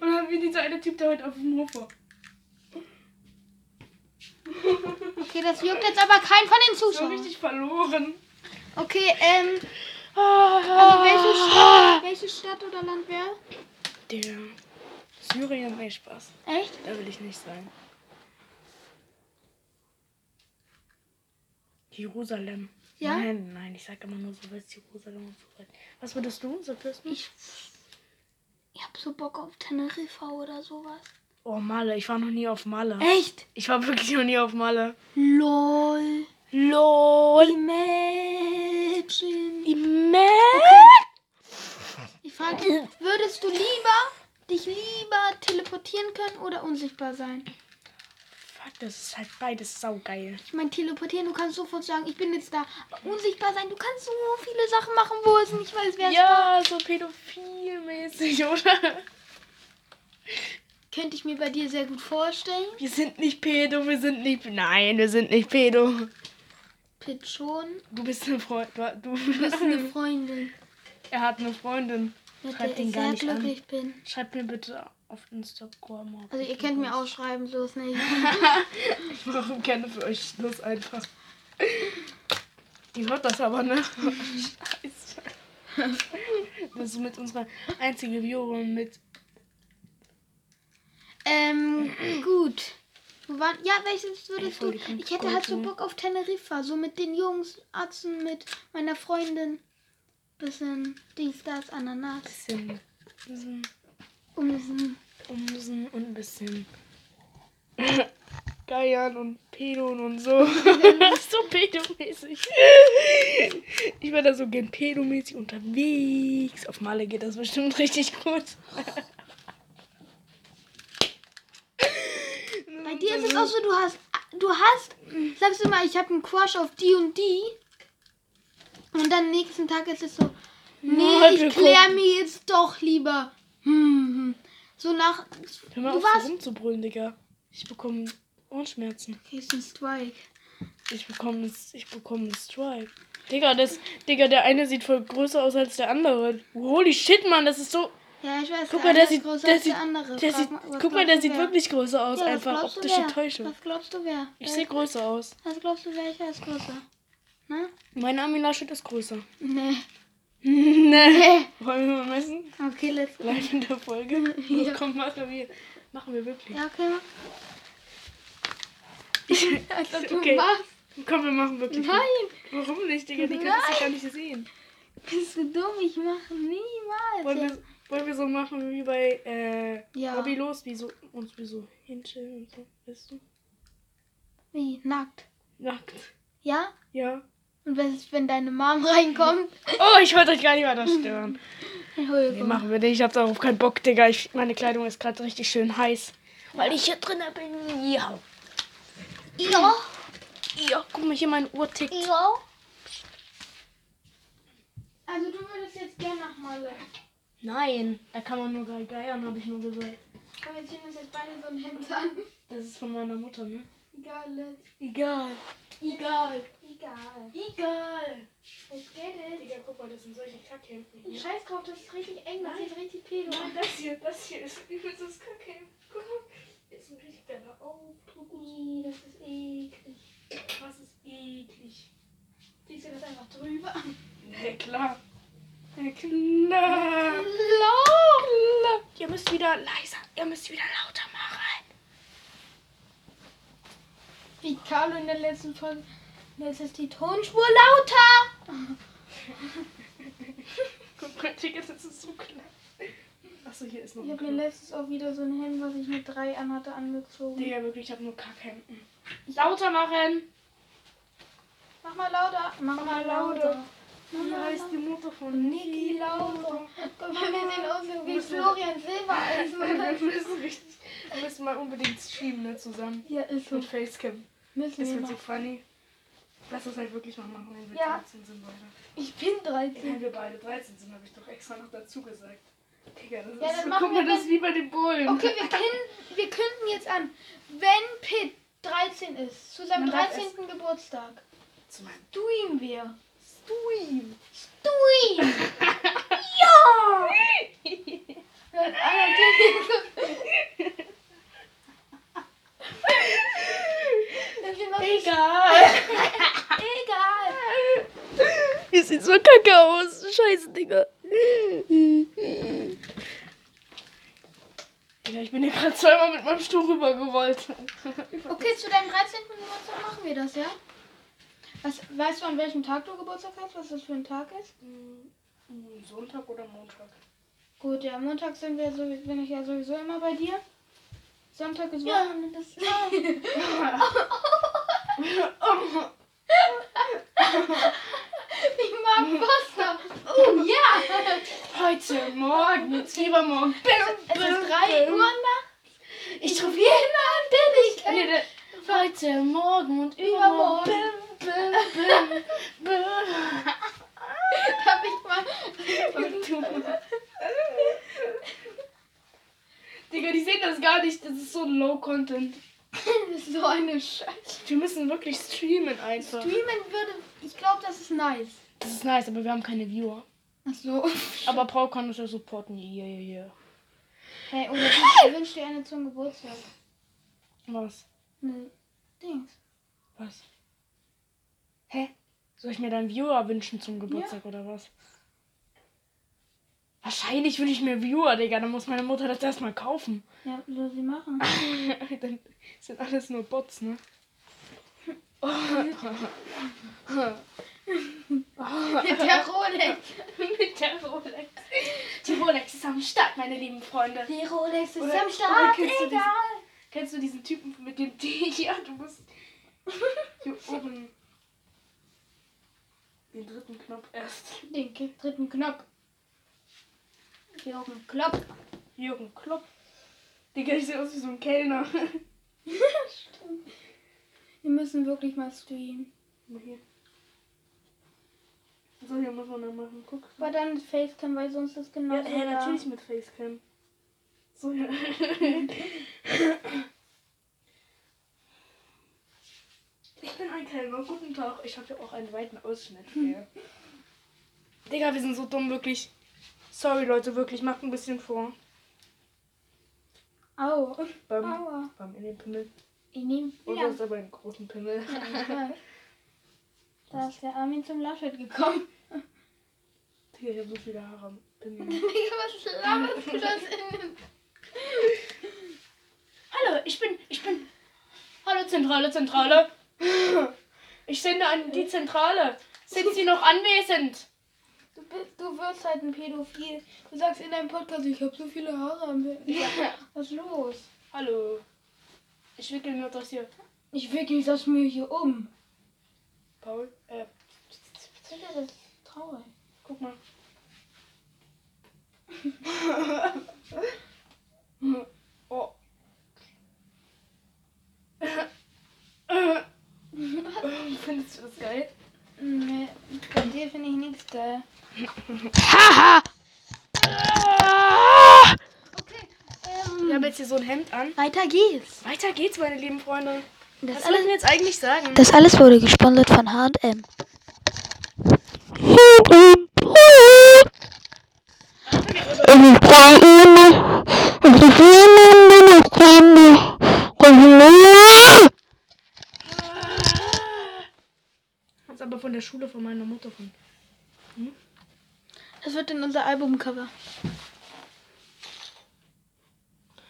S1: Und dann wie dieser eine Typ, der heute auf dem Hof war.
S2: Okay, das juckt jetzt aber keinen von den
S1: So
S2: Zuschauern.
S1: richtig verloren.
S2: Okay, ähm, also welche
S1: Also
S2: Stadt, welche Stadt oder Land wäre?
S1: Der Syrien macht Spaß.
S2: Echt?
S1: Da will ich nicht sein. Jerusalem.
S2: Ja?
S1: Nein, nein, ich sag immer nur so weit Jerusalem und so weit. Was würdest du? So du?
S2: Ich, ich hab so Bock auf Teneriffa oder sowas.
S1: Oh, Malle. Ich war noch nie auf Malle.
S2: Echt?
S1: Ich war wirklich noch nie auf Malle.
S2: LOL.
S1: LOL.
S2: Imagine. Ich frage dich, würdest du lieber, dich lieber teleportieren können oder unsichtbar sein?
S1: Fuck, das ist halt beides saugeil.
S2: Ich meine, teleportieren, du kannst sofort sagen, ich bin jetzt da. Aber unsichtbar sein, du kannst so viele Sachen machen, wo es nicht weiß, wer es war.
S1: Ja, so pädophilmäßig, oder?
S2: Könnte ich mir bei dir sehr gut vorstellen.
S1: Wir sind nicht Pedo, wir sind nicht. Nein, wir sind nicht Pedo.
S2: Pitt schon.
S1: Du bist eine Freundin. Du
S2: Du bist eine Freundin.
S1: Er hat eine Freundin.
S2: Mit
S1: Schreib
S2: der
S1: den
S2: ich
S1: gar
S2: sehr
S1: nicht an.
S2: glücklich bin.
S1: Schreibt mir bitte auf Instagram. ob
S2: Also ihr
S1: ich
S2: könnt
S1: Pedo
S2: mir
S1: bin.
S2: ausschreiben, so ist nicht.
S1: Ich mache gerne für euch Schluss einfach. Die hört das aber, ne? Scheiße. Das ist mit unserer einzige Viola mit.
S2: Ähm, gut. Wo waren, ja, welches würdest
S1: voll
S2: du?
S1: die
S2: Ich hätte halt so
S1: Goldene.
S2: Bock auf Teneriffa, so mit den Jungs, Atzen, mit meiner Freundin. Bisschen dies, das, Ananas. Um
S1: Bisschen. Bisschen.
S2: Umsen.
S1: Umsen und ein bisschen Geiern und Pedon und so. so pedomäßig. Ich wäre da so gern pedomäßig unterwegs. Auf Male geht das bestimmt richtig gut.
S2: Bei dir
S1: Mhm.
S2: ist es auch so, du hast, du hast, sagst du mal, ich habe einen Crush auf die und die. Und dann nächsten Tag ist es so,
S1: Ja, halt,
S2: nee,
S1: wir
S2: ich klär
S1: gucken.
S2: mir jetzt doch lieber. Hm, hm. So nach,
S1: Hör mal
S2: du
S1: auf, so
S2: warst,
S1: rumzubrüllen, Digga. Ich bekomme Ohrenschmerzen.
S2: okay, ist ein Strike.
S1: Ich bekomme ich bekomme einen Strike. Digga, das, Digga, der eine sieht voll größer aus als der andere. Holy shit, Mann, das ist so.
S2: Ja, ich weiß,
S1: Guck mal,
S2: der
S1: der
S2: eine
S1: sieht,
S2: ist größer
S1: der
S2: als
S1: sieht,
S2: der andere.
S1: der
S2: Frag
S1: sieht,
S2: mal, was
S1: guck mal,
S2: glaubst
S1: der
S2: du,
S1: sieht
S2: wer?
S1: wirklich größer aus,
S2: Ja, was
S1: einfach
S2: glaubst du,
S1: optische
S2: wer?
S1: Täuschung.
S2: Was glaubst du, wer?
S1: Ich
S2: Wer
S1: sehe
S2: ist-
S1: größer aus.
S2: Was glaubst du, welcher ist größer? Ne?
S1: Mein Armin Laschet ist größer.
S2: Nee.
S1: nee. Wollen wir mal messen?
S2: Okay, let's go.
S1: Live in der Folge.
S2: Ja.
S1: Komm, machen wir. Machen wir wirklich.
S2: Ja, okay. Als ob du
S1: Okay.
S2: machst.
S1: Komm, wir machen wirklich.
S2: Nein,
S1: Warum nicht, Digga? Die kannst du gar nicht sehen.
S2: bist du dumm? Ich mache niemals.
S1: Wollen wir, wollen wir so machen wie bei äh,
S2: Ja.
S1: Hobby los, wie so, uns wie so hinstellen und so, weißt du?
S2: Wie? Nackt.
S1: Nackt.
S2: Ja?
S1: Ja.
S2: Und was ist, wenn deine Mom reinkommt?
S1: Oh, ich wollte euch gar nicht weiter stören. Nee,
S2: Entschuldigung.
S1: machen wir nicht. Ich hab darauf keinen Bock, Digga. Ich, meine Kleidung ist gerade richtig schön heiß. Weil ich hier drin bin. Ja.
S2: Ja,
S1: Ja, guck mal, hier meine Uhr tickt.
S2: ja. Also du würdest jetzt gerne nach Malle.
S1: Nein, da kann man nur geil geiern, habe ich nur gesagt.
S2: Aber wir ziehen uns jetzt beide so ein Hemd an.
S1: Das ist von meiner Mutter, ne?
S2: Egal, let's-
S1: Egal. Egal.
S2: egal.
S1: Egal.
S2: Let's get it.
S1: Digga, guck mal, das sind solche Kackhemden. hier.
S2: Scheiß drauf, das ist richtig eng, das sieht richtig pedo
S1: Nein,
S2: aus.
S1: das hier, das hier ist übelstes Kackhemd. Guck mal. Ist ein richtig geiler Aufdruck.
S2: Ih, Das ist eklig.
S1: Was ist eklig.
S2: Ziehst du das einfach drüber?
S1: Na klar. Na klar.
S2: Hallo!
S1: Ihr müsst wieder leiser, ihr müsst wieder lauter machen.
S2: Wie Carlo in der letzten Folge. Jetzt ist die Tonspur lauter!
S1: Guck mal, Digga, das ist so klein. Achso, hier ist noch
S2: Ich
S1: ein
S2: habe mir
S1: Knopf.
S2: letztens auch wieder so ein Hemd, was ich mit drei anhatte, angezogen.
S1: Digga, wirklich, ich hab nur Kackhemden. Lauter machen.
S2: Mach mal lauter! Mach
S1: mal
S2: mal
S1: lauter.
S2: lauter!
S1: Wie heißt die Mutter von Niki Lauter?
S2: Guck mal, wir sehen aus wie Florian Silbereisen.
S1: Wir müssen richtig. Wir müssen mal unbedingt streamen, ne, zusammen.
S2: Ja, ist so.
S1: Mit Facecam. Das
S2: Müssen wir
S1: wird so
S2: machen.
S1: funny. Lass das halt wirklich mal machen, wenn wir
S2: Ja.
S1: 13 sind, Leute.
S2: Ich bin 13.
S1: Wenn wir beide 13 sind, habe ich doch extra noch dazu gesagt. Digga, das
S2: Ja,
S1: ist
S2: dann
S1: so,
S2: machen
S1: guck mal,
S2: wir
S1: das ist wie bei den Bullen.
S2: Okay, wir, können, wir künden jetzt an, wenn Pitt 13 ist, zu seinem
S1: Man darf
S2: 13. Geburtstag,
S1: Zu meinem
S2: stuim wir.
S1: Stream.
S2: Stuim!
S1: Ja!
S2: mit einer Tür. Das ist immer-
S1: Egal.
S2: Egal.
S1: Ihr sieht so kacke aus. Scheiße, Digga. Digga, ich bin hier gerade zweimal mit meinem Stuhl rübergerollt.
S2: Okay, zu deinem 13. Geburtstag machen wir das, ja? Was, weißt du, an welchem Tag du Geburtstag hast, was das für ein Tag ist?
S1: Hm, Sonntag oder Montag?
S2: Gut, ja, Montag sind wir so, bin ich ja sowieso immer bei dir. Sonntag ist
S1: Ja,
S2: Wochenende. das
S1: Oh
S2: Ich mag Wasser. Oh, ja.
S1: Heute Morgen, übermorgen.
S2: Es ist 3 Uhr nachts.
S1: Ich
S2: Auf
S1: treffe
S2: jeden Abend bin ich.
S1: Nee, der- Heute, morgen und übermorgen. Bim, bim, bim, bim.
S2: Darf ich mal...
S1: Und du. Digga, die sehen das gar nicht. Das ist so low content.
S2: Das ist so eine Scheiße.
S1: Wir müssen wirklich streamen einfach.
S2: Streamen würde... Ich glaube, das ist nice.
S1: Das ist nice, aber wir haben keine Viewer.
S2: Ach so.
S1: Aber Paul kann uns ja supporten. Yeah, yeah, yeah.
S2: Hey, oder ich wünsche dir eine zum Geburtstag.
S1: Was?
S2: Ne, Dings.
S1: Was? Hä? Soll ich mir dann Viewer wünschen zum Geburtstag oder was? Wahrscheinlich wünsche ich mir Viewer, Digga. Dann muss meine Mutter das erstmal kaufen.
S2: Ja, soll sie machen.
S1: dann sind alles nur Bots, ne?
S2: Mit der Rolex.
S1: Mit der Rolex. Die Rolex ist am Start, meine lieben Freunde.
S2: Die Rolex ist
S1: Oder-
S2: am Start.
S1: oder kennst du diesen-
S2: Egal.
S1: Kennst du diesen Typen mit dem D? Ja, du musst hier oben den dritten Knopf erst.
S2: Den k- dritten Knopf. Hier auf dem Knopf.
S1: Jürgen Klopp. Digga, ich sehe aus wie so ein Kellner.
S2: Wir müssen wirklich mal streamen.
S1: Guck mal hier. So, hier muss man dann machen. Guck.
S2: Aber dann mit Facecam, weil sonst ist genau
S1: Ja, ja, natürlich mit Facecam. So, ja. Ich bin ein Kellner. Guten Tag. Ich habe ja auch einen weiten Ausschnitt. Hier. Digga, wir sind so dumm, wirklich. Sorry, Leute, wirklich. Macht ein bisschen vor.
S2: Au.
S1: Beim,
S2: Aua.
S1: beim in den Pimmel.
S2: Ich nehme
S1: Und
S2: ja.
S1: das ist aber einen großen Pimmel.
S2: Da ist der Armin zum Laschet gekommen.
S1: Digga, ich habe so viele Haare am Pimmel.
S2: Digga, was laberst du das in?
S1: Hallo, ich bin, ich bin. Hallo Zentrale, Zentrale. Ich sende an die Zentrale. Sind Sie noch anwesend?
S2: Du, bist, du wirst halt ein Pädophil. Du sagst in deinem Podcast, ich habe so viele Haare am Bild. Was ist los?
S1: Hallo. Ich wickel mir das hier.
S2: Ich wickel das mir hier um.
S1: Paul, äh,
S2: Digga, das ist traurig.
S1: guck mal. oh. Findest du das geil?
S2: Nee, bei dir finde ich nichts geil. Okay,
S1: Ich
S2: ähm,
S1: habe jetzt hier so ein Hemd an.
S2: weiter geht's.
S1: Weiter geht's, meine lieben Freunde.
S3: Das
S1: Was soll ich
S3: alles,
S1: mir jetzt eigentlich sagen?
S3: das alles wurde gesponsert von H&M.
S1: Das ist aber von der Schule von meiner Mutter von.
S2: Das wird in unser Albumcover.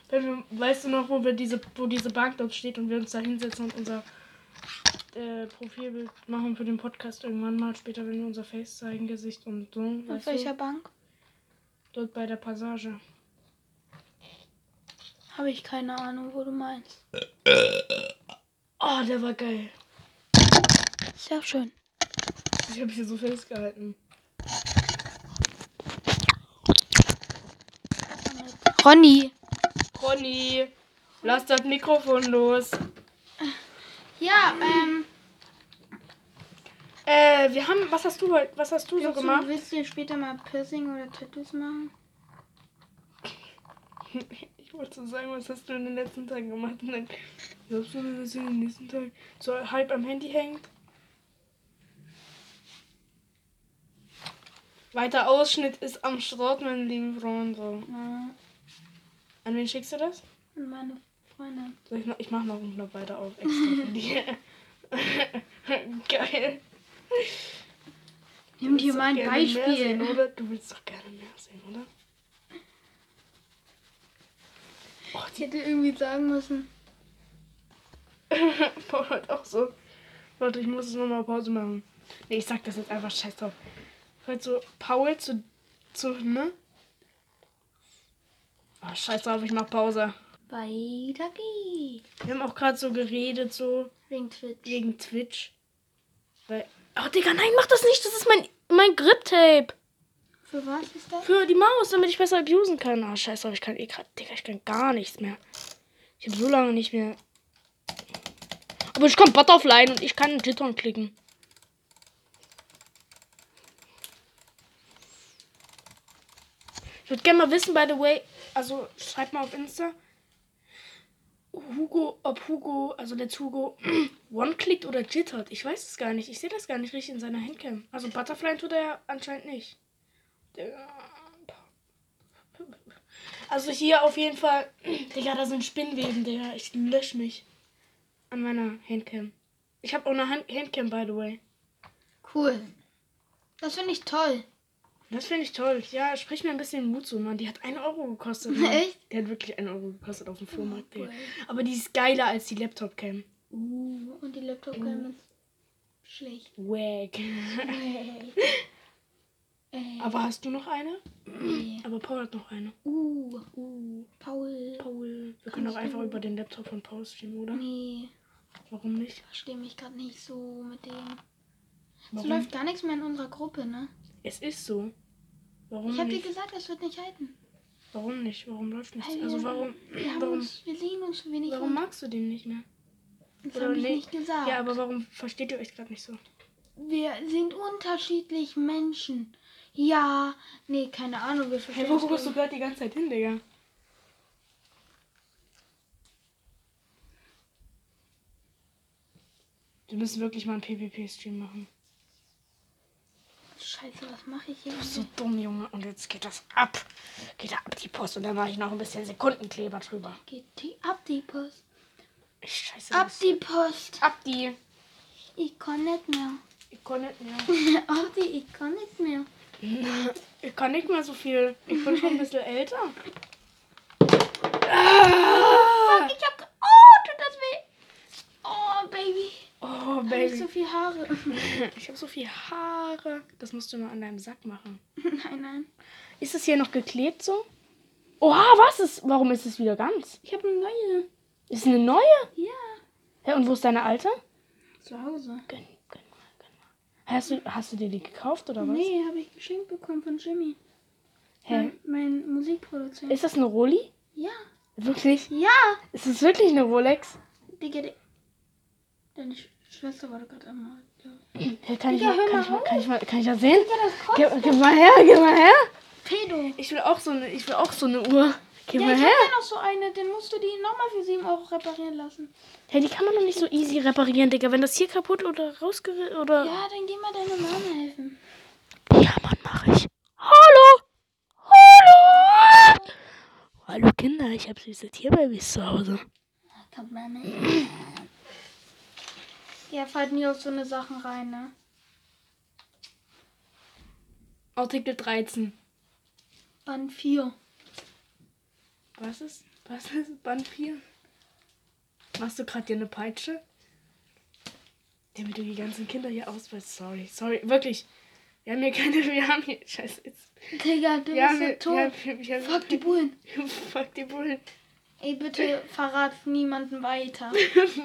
S1: Wenn wir, weißt du noch, wo wir diese, wo diese Bank dort steht und wir uns da hinsetzen und unser äh, Profilbild machen für den Podcast irgendwann mal später, wenn wir unser Face zeigen, Gesicht und so.
S2: Auf
S1: Weißt
S2: welcher
S1: du?
S2: Bank?
S1: Dort bei der Passage.
S2: Habe ich keine Ahnung, wo du meinst.
S1: Oh, der war geil.
S3: Ist ja schön.
S1: Ich habe hier so festgehalten.
S3: Ronny.
S1: Ronny, lass das Mikrofon los.
S2: Ja, ähm,
S1: Äh, wir haben, was hast du heute, was hast du so
S2: willst du,
S1: gemacht?
S2: willst du später mal Piercing oder Tattoos machen?
S1: Ich wollte so sagen, was hast du in den letzten Tagen gemacht? Und dann glaubst du, dass sie den nächsten Tag so halb am Handy hängt? Weiter Ausschnitt ist am Start, meine lieben Freunde.
S2: Ja.
S1: An wen schickst du das?
S2: Und meine Freunde.
S1: Soll ich, noch, ich mach noch einen Knopf weiter auf extra für die. Geil.
S2: Nimm dir
S1: willst
S2: mal
S1: doch
S2: ein
S1: gerne mehr Sehen,
S2: Beispiel.
S1: oder? Du willst doch gerne mehr sehen, oder? Oh,
S2: Ich hätte irgendwie sagen müssen.
S1: die Paul hat auch so. Warte, ich muss jetzt nochmal Pause machen. Nee, ich sag das jetzt einfach scheiß drauf. Falls so Paul zu. zu. ne? Oh, scheiß drauf, ich mach Pause.
S2: Weiter geht's.
S1: Wir haben auch gerade so geredet, so.
S2: Wegen Twitch.
S1: Wegen Twitch. Weil. Oh, Digga, nein, mach das nicht. Das ist mein, mein Grip-Tape.
S2: Für was ist das?
S1: Für die Maus, damit ich besser abusen kann. Ah, scheiße, ich kann eh grad. Digga, ich kann gar nichts mehr. Ich habe so lange nicht mehr. Aber ich kann Butterfly und ich kann Jittern klicken. Ich würde gerne mal wissen, by the way, also schreibt mal auf Insta, Hugo, ob Hugo, also Let's Hugo, One klickt oder jittert. Ich weiß es gar nicht. Ich sehe das gar nicht richtig in seiner Handcam. Also Butterfly tut er ja anscheinend nicht. Digga. Also hier auf jeden Fall. Digga, da sind Spinnweben, Digga. Ich lösche mich. An meiner Handcam. Ich habe auch eine Hand Handcam, by the way.
S2: Cool. Das finde ich toll.
S1: Das finde ich toll. Ja, sprich mir ein bisschen Mut zu, Mann. Die hat 1 Euro gekostet. Mann.
S2: Echt?
S1: Die hat wirklich 1 Euro gekostet auf dem Flohmarkt, Digga.
S2: cool.
S1: Aber die ist geiler als die Laptop-Cam.
S2: Uh, und die
S1: Ähm.
S2: Laptop-Cam ist schlecht. Äh,
S1: Wack.
S2: Ey. Ey.
S1: Aber hast du noch eine?
S2: Nee.
S1: Aber Paul hat noch eine.
S2: äh, Uh, uh, Paul.
S1: Paul. Wir können doch einfach über den Laptop von Paul streamen, oder?
S2: Nee,
S1: Warum nicht?
S2: verstehe mich gerade nicht so mit dem. Es
S1: Warum?
S2: läuft gar nichts mehr in unserer Gruppe, ne?
S1: Es ist so. Warum
S2: Ich habe dir
S1: nicht?
S2: gesagt, das wird nicht halten.
S1: Warum nicht? Warum läuft nichts?
S2: Weil wir-
S1: Also warum?
S2: Wir, haben
S1: Warum,
S2: uns, wir liegen uns zu wenig
S1: warum
S2: rum.
S1: magst du den nicht mehr?
S2: Das
S1: oder
S2: habe ich
S1: nicht?
S2: nicht gesagt.
S1: Ja, aber warum versteht ihr euch gerade nicht so?
S2: wir sind unterschiedlich Menschen. Ja, nee, keine Ahnung, wir verstehen uns irgendwie-
S1: gerade die ganze Zeit hin, Digga? Wir müssen wirklich mal einen PvP-Stream machen.
S2: Scheiße, was mache ich hier?
S1: Du bist so dumm, Junge. Und jetzt geht das ab. Geht da ab die Post und dann mache ich noch ein bisschen Sekundenkleber drüber.
S2: Geht die ab die Post.
S1: Ich scheiße.
S2: Ab
S1: das-
S2: die Post.
S1: Ab die.
S2: Ich kann nicht mehr.
S1: Ich kann nicht mehr.
S2: ab die, ich kann nicht mehr.
S1: Ich kann nicht mehr so viel. Ich bin schon ein bisschen älter.
S2: Fuck, ich hab. ge- Oh, tut das weh. Oh, Baby.
S1: Oh,
S2: Baby. Ich hab so
S1: Baby.
S2: viel Haare.
S1: Ich habe so viel Haare. Das musst du mal an deinem Sack machen.
S2: nein, nein.
S1: Ist es hier noch geklebt so? Oha, was ist? Warum ist es wieder ganz?
S2: Ich habe eine neue.
S1: Ist eine neue?
S2: Ja.
S1: Hä, und wo ist deine alte?
S2: Zu Hause.
S1: Gönn, gönn mal, gönn mal. Hast du, hast du dir die gekauft oder was?
S2: Nee, habe ich geschenkt bekommen von Jimmy.
S1: Hä?
S2: Mein, mein Musikproduzent.
S1: Ist das eine Roli?
S2: ja.
S1: Wirklich?
S2: Ja.
S1: Ist es wirklich eine Rolex?
S2: Digga, di- Deine Sch Schwester war doch gerade am Mal.
S1: Hä, kann, ich
S2: Digga,
S1: mal,
S2: hör
S1: kann,
S2: mal
S1: ich mal,
S2: auf.
S1: kann ich mal, kann ich mal sehen?
S2: Ja, das
S1: Gib, gib mal her, gib mal her.
S2: Pedo.
S1: Ich will auch so eine, ich will auch so eine Uhr. Gib
S2: Ja,
S1: mal
S2: ich
S1: her.
S2: hab ja noch so eine. Den musst du die nochmal für 7 Euro reparieren lassen.
S1: Hey, die kann man doch nicht so easy reparieren, Digga. Wenn das hier kaputt oder rausgerissen oder.
S2: Ja, dann geh mal deiner Mama helfen.
S3: Ja, Mann, mach ich. Hallo! Hallo!
S1: Hallo Kinder, ich habe süße Tierbabys zu Hause.
S2: Komm, Mama. Ja, fällt nie auf so eine Sachen rein, ne?
S1: Artikel 13.
S2: Band 4.
S1: Was ist? Was ist Band 4? Machst du gerade dir eine Peitsche? Damit du die ganzen Kinder hier ausweist. Sorry, sorry, wirklich. Wir haben hier keine. Wir haben hier. Scheiße. Jetzt,
S2: Digga, du
S1: wir, haben hier,
S2: bist so
S1: wir,
S2: tot.
S1: haben, hier- wir haben,
S2: Fuck die Bullen.
S1: Fuck die Bullen.
S2: Ey, bitte verrat niemanden weiter.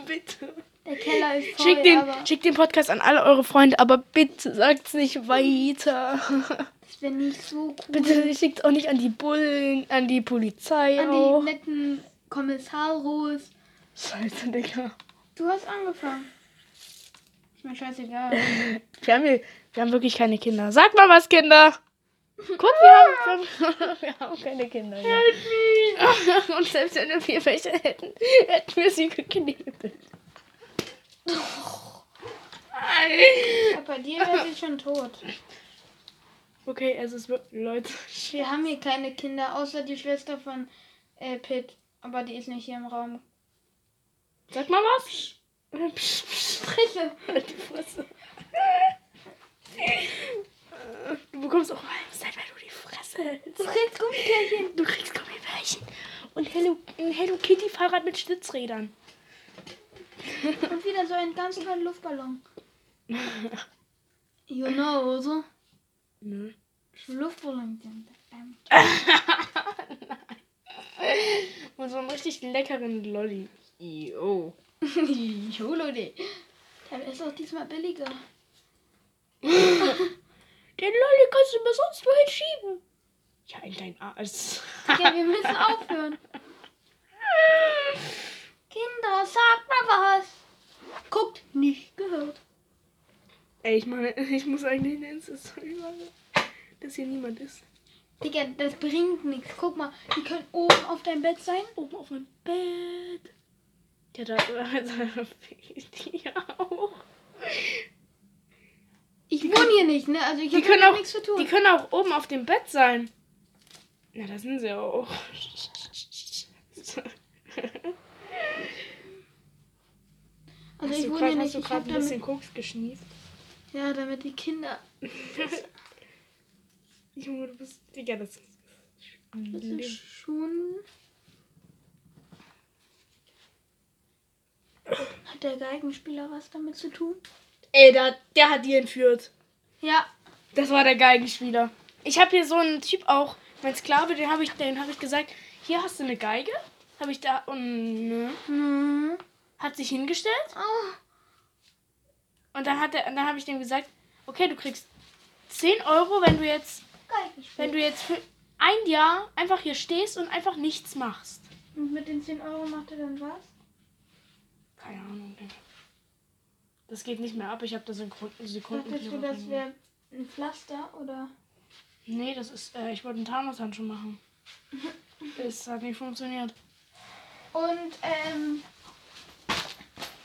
S1: bitte.
S2: Der Keller ist voll,
S1: Schickt den,
S2: aber
S1: schick den Podcast an alle eure Freunde, aber bitte sagt's nicht weiter.
S2: das wäre nicht so cool.
S1: Bitte schickt auch nicht an die Bullen, an die Polizei
S2: An
S1: auch.
S2: die netten Kommissaros.
S1: Scheiße, Digga.
S2: Du hast angefangen. Ist mir scheißegal.
S1: Wir haben, hier, wir haben wirklich keine Kinder. Sag mal was, Kinder. Guck, wir haben, wir haben, wir haben keine Kinder. Ja. Und selbst wenn wir welche hätten, hätten wir sie geknebelt.
S2: Ja, bei dir wäre ich schon tot.
S1: Okay, es ist wirklich, Leute.
S2: Wir haben hier keine Kinder, außer die Schwester von äh, Pit. Aber die ist nicht hier im Raum.
S1: Sag mal was. Psch, psch,
S2: Fresse.
S1: halt die Fresse. Du bekommst auch Halbzeit, weil du die Fresse hältst.
S2: Du kriegst Gummibärchen.
S1: Du kriegst Gummibärchen und Hello, ein Hello Kitty Fahrrad mit Schlitzrädern.
S2: Und wieder so einen ganz kleinen Luftballon. You know, so.
S1: Ne?
S2: Luftballon.
S1: Und so einen richtig leckeren Lolli. Yo.
S2: Jolode. Der ist auch diesmal billiger.
S1: Den Lolli kannst du mir sonst wohin schieben. Ja, in dein Arsch.
S2: Ja, wir müssen aufhören. Kinder, sagt mal was. Guckt, nicht gehört.
S1: Ey, ich meine, ich muss eigentlich eine Insta-Story machen, dass hier niemand ist.
S2: Digga, das bringt nichts. Guck mal, die können oben auf deinem Bett sein.
S1: Oben auf meinem Bett. Ja, da ja auch.
S2: Ich wohne hier nicht, ne? Also ich
S1: Die
S2: habe
S1: können,
S2: hier
S1: auch,
S2: nichts zu tun.
S1: die können auch oben auf dem Bett sein. Na, da sind sie auch.
S2: also
S1: Hast
S2: ich
S1: du
S2: wohne
S1: grad-
S2: hier
S1: hast
S2: nicht.
S1: du
S2: Ich
S1: grad
S2: hab
S1: ein
S2: damit,
S1: bisschen Koks geschnieft.
S2: ja, damit die Kinder.
S1: Junge, du bist. Digga, das ist.
S2: Das ist schon. Hat der Geigenspieler was damit zu tun?
S1: Ey, der, der hat die entführt.
S2: Ja.
S1: Das war der Geigenspieler. Ich habe hier so einen Typ auch, mein Sklave, den habe ich, den habe ich gesagt, hier hast du eine Geige, habe ich da und ne,
S2: Hm.
S1: hat sich hingestellt
S2: Oh.
S1: und dann hat er, und dann habe ich dem gesagt, okay, du kriegst 10 Euro, wenn du jetzt, wenn
S2: Geigenspieler.
S1: du jetzt für ein Jahr einfach hier stehst und einfach nichts machst.
S2: Und mit den 10 Euro macht er dann was?
S1: Keine Ahnung. Digga. Das geht nicht mehr ab. Ich habe da so einen Grund- Sekunden.
S2: Dachtest du, das wäre ein Pflaster oder?
S1: Nee, das ist. Äh, ich wollte einen Thanos-Handschuh machen. Es hat nicht funktioniert.
S2: Und ähm.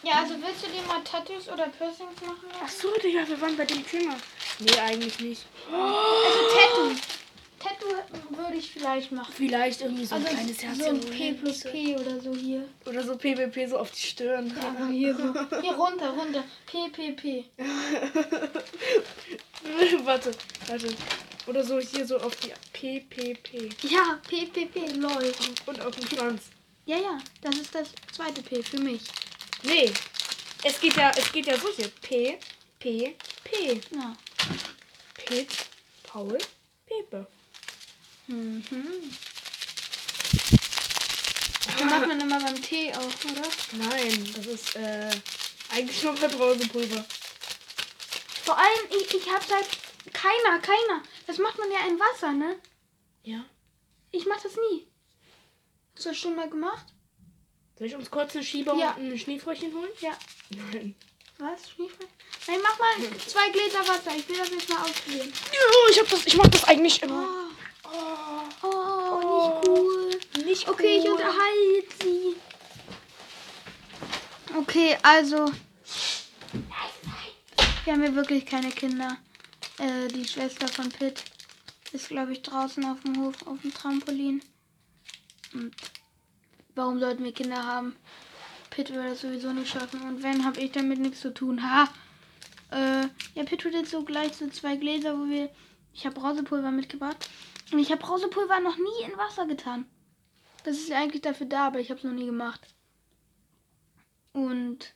S2: Ja, also willst du dir mal Tattoos oder Piercings machen
S1: Ach
S2: lassen?
S1: so, Digga, wir waren bei dem Thema. Nee, eigentlich nicht.
S2: Also Tattoo. Tattoo würde ich vielleicht machen.
S1: Vielleicht irgendwie so ein
S2: also
S1: kleines Herz
S2: so ein
S1: irgendwo
S2: P
S1: hin.
S2: plus P oder so hier.
S1: Oder so PvP so auf die Stirn.
S2: Aber Genau, hier so. Hier runter, runter. P, P, P.
S1: warte, warte. Oder so hier so auf die PPP.
S2: Ja, P, P, P, lol.
S1: Und auf den Schwanz.
S2: Ja, ja, das ist das zweite P für mich.
S1: Nee. Es geht ja, es geht ja so hier. P, P, P.
S2: Ja.
S1: Pete, Paul, Pepe.
S2: Mhm. Das macht man immer beim Tee auch, oder?
S1: Nein, das ist äh, eigentlich nur Vertrauenspulver.
S2: Vor allem, ich, ich hab seit. Keiner, keiner. Das macht man ja in Wasser, ne?
S1: Ja.
S2: Ich mach das nie. Hast du das schon mal gemacht?
S1: Soll ich uns kurz eine Schieber
S2: Ja.
S1: und ein Schneefröschchen holen?
S2: Ja.
S1: Nein.
S2: Was? Schneefall? Nein, mach mal zwei Gläser Wasser. Ich will das jetzt mal ausprobieren.
S1: Ja, ich, hab das, ich mach das eigentlich immer.
S2: Oh,
S1: Oh,
S2: oh, nicht cool.
S1: nicht
S2: Okay, ich unterhalte sie. Okay, also. Wir haben hier wirklich keine Kinder. Äh, die Schwester von Pitt ist, glaube ich, draußen auf dem Hof, auf dem Trampolin. Und warum sollten wir Kinder haben? Pitt würde das sowieso nicht schaffen. Und wenn, habe ich damit nichts zu tun. Ha! Äh, ja, Pitt tut jetzt so gleich so zwei Gläser, wo wir. Ich habe Brausepulver mitgebracht. Und ich habe Brausepulver noch nie in Wasser getan. Das ist ja eigentlich dafür da, aber ich habe es noch nie gemacht. Und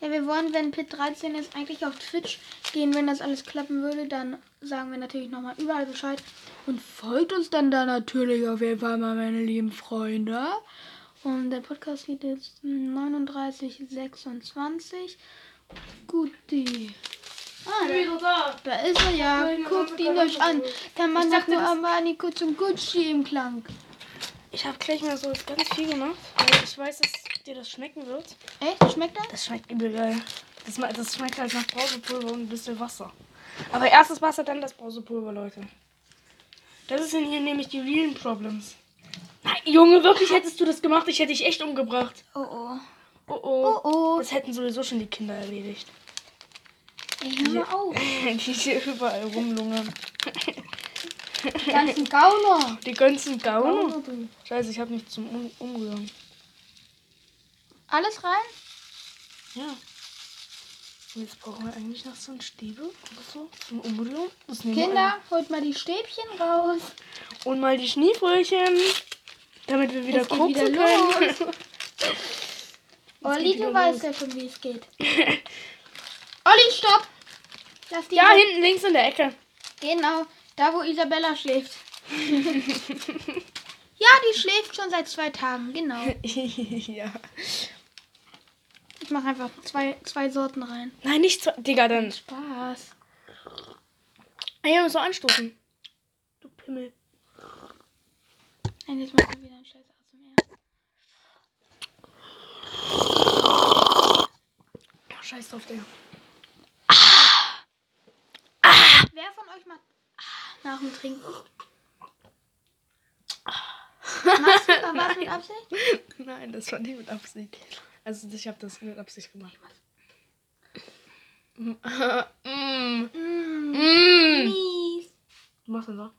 S2: ja, wir wollen, wenn Pit 13 ist, eigentlich auf Twitch gehen. Wenn das alles klappen würde, dann sagen wir natürlich nochmal überall Bescheid. Und folgt uns dann da natürlich auf jeden Fall mal, meine lieben Freunde. Und der Podcast geht jetzt 3926. Gut, die. Ah, da- da ist er ja. Guckt ihn euch an. Der Mann
S1: Ich
S2: sagt
S1: dachte,
S2: nur
S1: das-
S2: Armani kurz und Gucci im Klang.
S1: Ich habe gleich mal so ganz viel gemacht, weil ich weiß, dass dir das schmecken wird.
S2: Echt? Schmeckt das?
S1: Das schmeckt übel geil. Das, ma- das schmeckt halt nach Brausepulver und ein bisschen Wasser. Aber erst das Wasser, dann das Brausepulver, Leute. Das ist in hier nämlich die realen Problems. Nein, Junge, wirklich hättest du das gemacht? Ich hätte dich echt umgebracht.
S2: Oh oh.
S1: Oh
S2: Oh
S1: oh.
S2: oh.
S1: Das hätten sowieso schon die Kinder erledigt.
S2: Ey, hör mal auf.
S1: Die hier überall rumlungern.
S2: Die ganzen Gauner.
S1: Die ganzen Gauner.
S2: Gauner du.
S1: Scheiße, ich habe mich zum um Umrühren.
S2: Alles rein?
S1: Ja. Und jetzt brauchen wir eigentlich noch so einen Stäbe oder so zum Umrühren. Das nehmen wir
S2: Kinder, holt mal die Stäbchen raus.
S1: alle. Und mal die Schneefröhlchen, damit wir wieder
S2: Es geht
S1: gucken
S2: wieder
S1: können.
S2: Olli,
S1: wieder
S2: du weißt ja schon, wie es geht. Olli, stopp! Lass die
S1: Ja,
S2: Hand-
S1: hinten links in der Ecke.
S2: Genau, da wo Isabella schläft. ja, die schläft schon seit zwei Tagen, genau.
S1: ja.
S2: Ich mache einfach zwei, zwei Sorten rein.
S1: Nein, nicht zwei. Digga, dann.
S2: Spaß.
S1: Ah ja, so anstoßen. Du Pimmel.
S2: Nein, jetzt mach ich wieder einen Scheiß aus dem Meer.
S1: Ach, Oh, scheiß drauf, Digga.
S2: Wer von euch macht nach dem Trinken? Machst du aber mit Absicht?
S1: Nein, das war nicht mit Absicht. Also ich habe das mit Absicht gemacht. Mm. Mm.
S2: Mm,
S1: Mm.
S2: mies.
S1: Du machst einfach.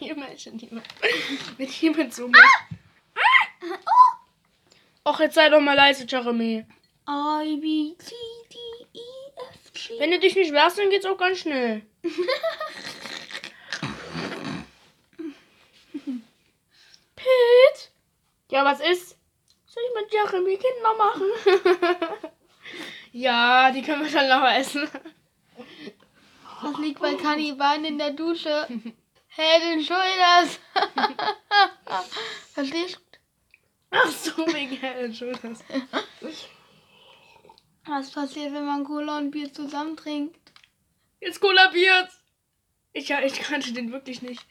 S1: Ihr Menschen, niemand. Wenn jemand so macht. Och, jetzt sei doch mal leise, Jeremy.
S2: I, B, C, D, E, F, G.
S1: Wenn du dich nicht wehrst, dann geht's auch ganz schnell. Pete? Ja, was ist? Soll ich mit Jeremy Kinder machen? ja, die können wir dann noch essen.
S2: Das liegt bei Kannibalen in der Dusche. Hey, den Schulters. Verstehst du?
S1: Ach so, wegen Helen Schulters.
S2: Was passiert, wenn man Cola und Bier zusammen trinkt?
S1: Jetzt kollabiert. Ich, ja, ich kannte den wirklich nicht.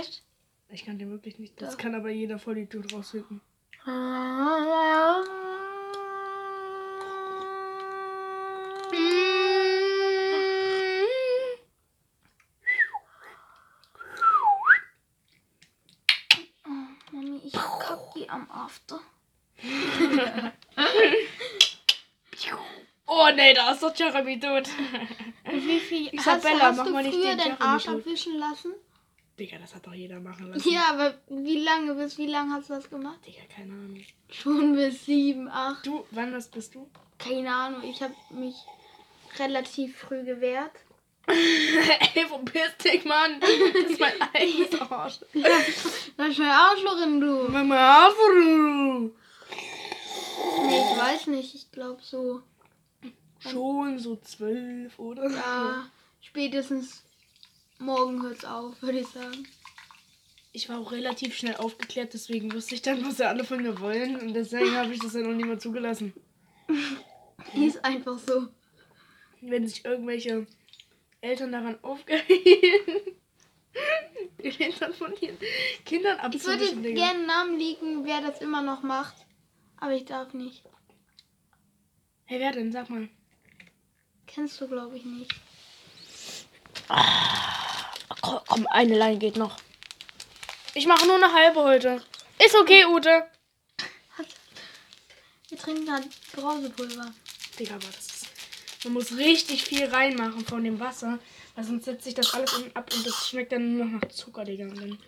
S2: Echt?
S1: Ich kannte den wirklich nicht. Das
S2: Doch.
S1: kann aber jeder voll die Tür rausfinden.
S2: Oh, Mami, ich kack die am After.
S1: Oh nee, da ist doch Jeremy tot.
S2: Wie viel
S1: Isabella,
S2: hast, hast
S1: mach
S2: du
S1: mal nicht
S2: früher
S1: den
S2: deinen
S1: Jeremy
S2: Arsch
S1: tot.
S2: abwischen lassen?
S1: Digga, das hat doch jeder machen lassen.
S2: Ja, aber wie lange bis wie lange hast du das gemacht?
S1: Digga, keine Ahnung.
S2: Schon bis sieben, acht.
S1: Du, wann das bist du?
S2: Keine Ahnung, ich habe mich relativ früh gewehrt.
S1: Ey, vom Piss-Tick, Mann. Das ist mein eigenes Arsch.
S2: Na schnell Arschlorin, du.
S1: Mama, du.
S2: Nee, ich weiß nicht, ich glaube so.
S1: Schon so zwölf, oder?
S2: Ja, spätestens morgen hört's auf, würde ich sagen.
S1: Ich war auch relativ schnell aufgeklärt, deswegen wusste ich dann, was ja alle von mir wollen. Und deswegen habe ich das ja noch nie mal zugelassen.
S2: Ist einfach so.
S1: Wenn sich irgendwelche Eltern daran aufgehen, den Eltern von ihren Kindern
S2: Ich würde
S1: abzuwischen.
S2: gerne
S1: Digga.
S2: einen Namen liegen, wer das immer noch macht. Aber ich darf nicht.
S1: Hey, wer denn? Sag mal.
S2: Kennst du, glaube ich, nicht.
S1: Komm, komm, eine Leine geht noch. Ich mache nur eine halbe heute. Ist okay, Ute.
S2: Wir trinken halt Brausepulver.
S1: Digga, aber das ist. Man muss richtig viel reinmachen von dem Wasser, weil sonst setzt sich das alles unten ab und das schmeckt dann nur noch nach Zucker, Digga. Und dann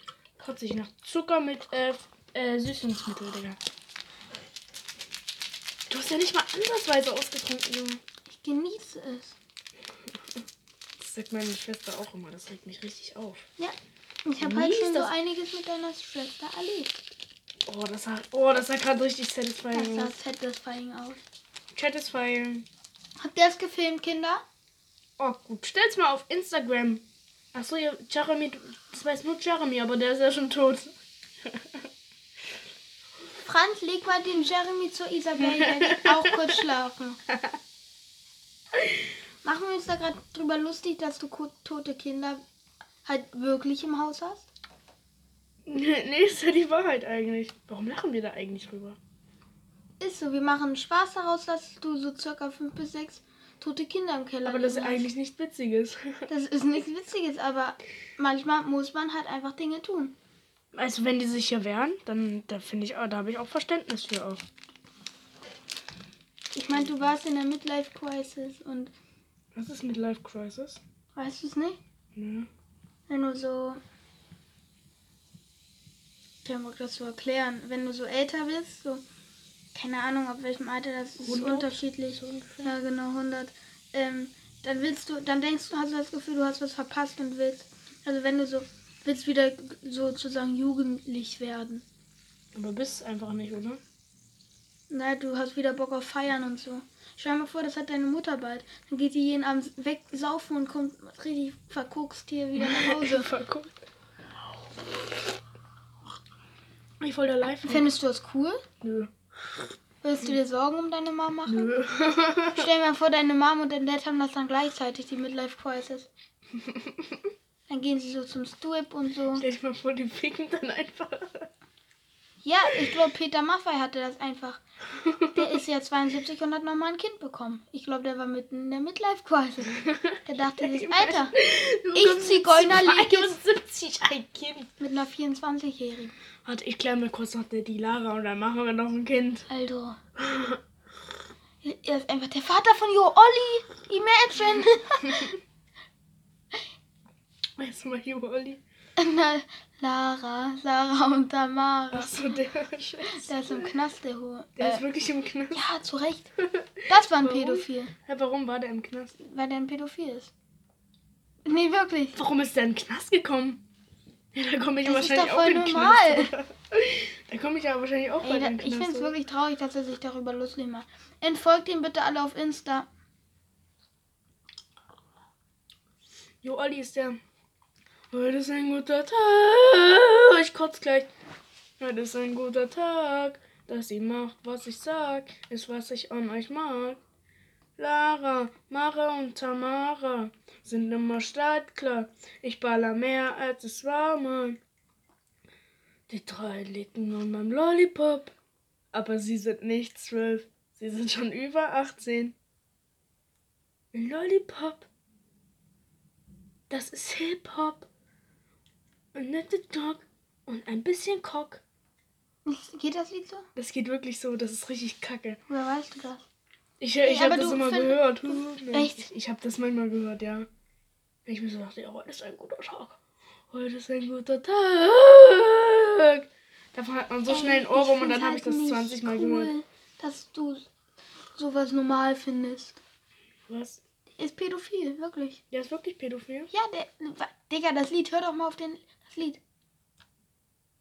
S1: kotze ich nach Zucker mit äh, äh, Süßungsmittel, Digga. Du hast ja nicht mal andersweise ausgetrunken, Junge.
S2: Ich genieße es.
S1: Das sagt meine Schwester auch immer, das regt mich richtig auf.
S2: Ja. Ich habe
S1: Genieß
S2: halt schon so
S1: das.
S2: einiges mit deiner Schwester erlebt.
S1: Oh, das sah, oh, das sah gerade richtig
S2: Das
S1: satisfying
S2: sah
S1: aus.
S2: satisfying aus.
S1: Satisfying.
S2: Habt ihr es gefilmt, Kinder?
S1: Oh, gut. Stell's mal auf Instagram. Achso, ja, Jeremy, du- das weiß nur Jeremy, aber der ist ja schon tot.
S2: Franz, leg mal den Jeremy zur Isabel, der geht auch kurz schlafen. Machen wir uns da gerade drüber lustig, dass du ko- tote Kinder halt wirklich im Haus hast?
S1: nee, ist ja die Wahrheit eigentlich. Warum lachen wir da eigentlich drüber?
S2: Ist so, wir machen Spaß daraus, dass du so circa fünf bis sechs tote Kinder im Keller
S1: Aber das ist
S2: liegen
S1: eigentlich nichts Witziges.
S2: hast. Das ist nichts Witziges, aber manchmal muss man halt einfach Dinge tun.
S1: Also, wenn die sich hier wehren, dann da finde ich, auch- da habe ich auch Verständnis für auch.
S2: Ich meine, du warst in der Midlife-Crisis und
S1: Was ist mit Life Crisis?
S2: Weißt du es nicht?
S1: Ne?
S2: Wenn du so. Ich habe das zu erklären. Wenn du so älter bist, so. Keine Ahnung, ab welchem Alter das ist,
S1: 100?
S2: unterschiedlich. ja, genau, 100. Ähm, dann willst du, dann denkst du, hast du das Gefühl, du hast was verpasst und willst. Also, wenn du so. Willst wieder sozusagen jugendlich werden.
S1: Aber bist einfach nicht, oder?
S2: Na, Ne, du hast wieder Bock auf Feiern und so. Stell dir mal vor, das hat deine Mutter bald. Dann geht die jeden Abend weg saufen und kommt richtig verkokst hier wieder nach Hause.
S1: Verguckt. Ich wollte live.
S2: Findest du das cool?
S1: Nö.
S2: Willst du dir Sorgen um deine Mom machen?
S1: Nö.
S2: Stell dir mal vor, deine Mom und dein Dad haben das dann gleichzeitig, die Midlife Crisis. Dann gehen sie so zum Strip und so.
S1: Stell dir mal vor, die ficken dann einfach.
S2: Ja, ich glaube, Peter Maffei hatte das einfach. Der ist ja 72 und hat nochmal ein Kind bekommen. Ich glaube, der war mitten in der Midlife Crisis. Der dachte sich, Alter, ich Zigeuner liege jetzt
S1: 72 ein Kind.
S2: mit einer 24-Jährigen.
S1: Warte, ich kläre mal kurz noch der die Lara und dann machen wir noch ein Kind.
S2: Also. Er ist einfach der Vater von Jo Olli. Imagine.
S1: Weißt du mal hier, Olli?
S2: Na, Lara, Sarah und Tamara.
S1: Achso, der Scheiß.
S2: Der ist im Knast, der Hohe.
S1: Der
S2: Äh,
S1: ist wirklich im Knast.
S2: ja, zu Recht. Das war ein
S1: Warum?
S2: Pädophil.
S1: Ja, warum war der im Knast?
S2: Weil der ein Pädophil ist. Nee, wirklich.
S1: Warum ist der in den Knast gekommen? Ja, da komme ich
S2: Das ist
S1: wahrscheinlich
S2: doch
S1: auch
S2: voll
S1: in den
S2: normal.
S1: Knast. oder? Da komme ich ja wahrscheinlich auch
S2: Ey,
S1: bald
S2: da,
S1: in den
S2: ich
S1: Knast.
S2: finde es
S1: oder?
S2: wirklich traurig, dass er sich darüber lustig macht. Entfolgt ihn bitte alle auf Insta.
S1: Jo, Olli ist der. Heute ist ein guter Tag. Ich kotz gleich. Heute ist ein guter Tag. Dass sie macht, was ich sag, ist, was ich an euch mag. Lara, Mara und Tamara sind immer startklar. Ich baller mehr, als es war mal. Die drei liegen an meinem Lollipop. Aber sie sind nicht zwölf. Sie sind schon über 18. Ein Lollipop. Das ist Hip-Hop. Und eine TikTok. Und ein bisschen Cock.
S2: Ist- Geht das Lied so?
S1: Das geht wirklich so, das ist richtig kacke.
S2: Woher weißt du das?
S1: Ich,
S2: Ey,
S1: ich habe
S2: aber
S1: das
S2: du
S1: immer
S2: find-
S1: gehört. ne?
S2: Echt?
S1: Ich, ich habe das manchmal gehört, ja. Ich mir so dachte, ja, heute ist ein guter Tag. Heute ist ein guter Tag. Davon hat man so schnell einen
S2: Ey,
S1: Ohrwurm und
S2: find's
S1: dann habe ich
S2: halt
S1: das
S2: nicht
S1: 20 Mal gehört.
S2: Dass du sowas normal findest.
S1: Was?
S2: Ist pädophil, wirklich.
S1: Der ist wirklich pädophil?
S2: Ja, der. wa- Digga, das Lied, hör doch mal auf den, das Lied.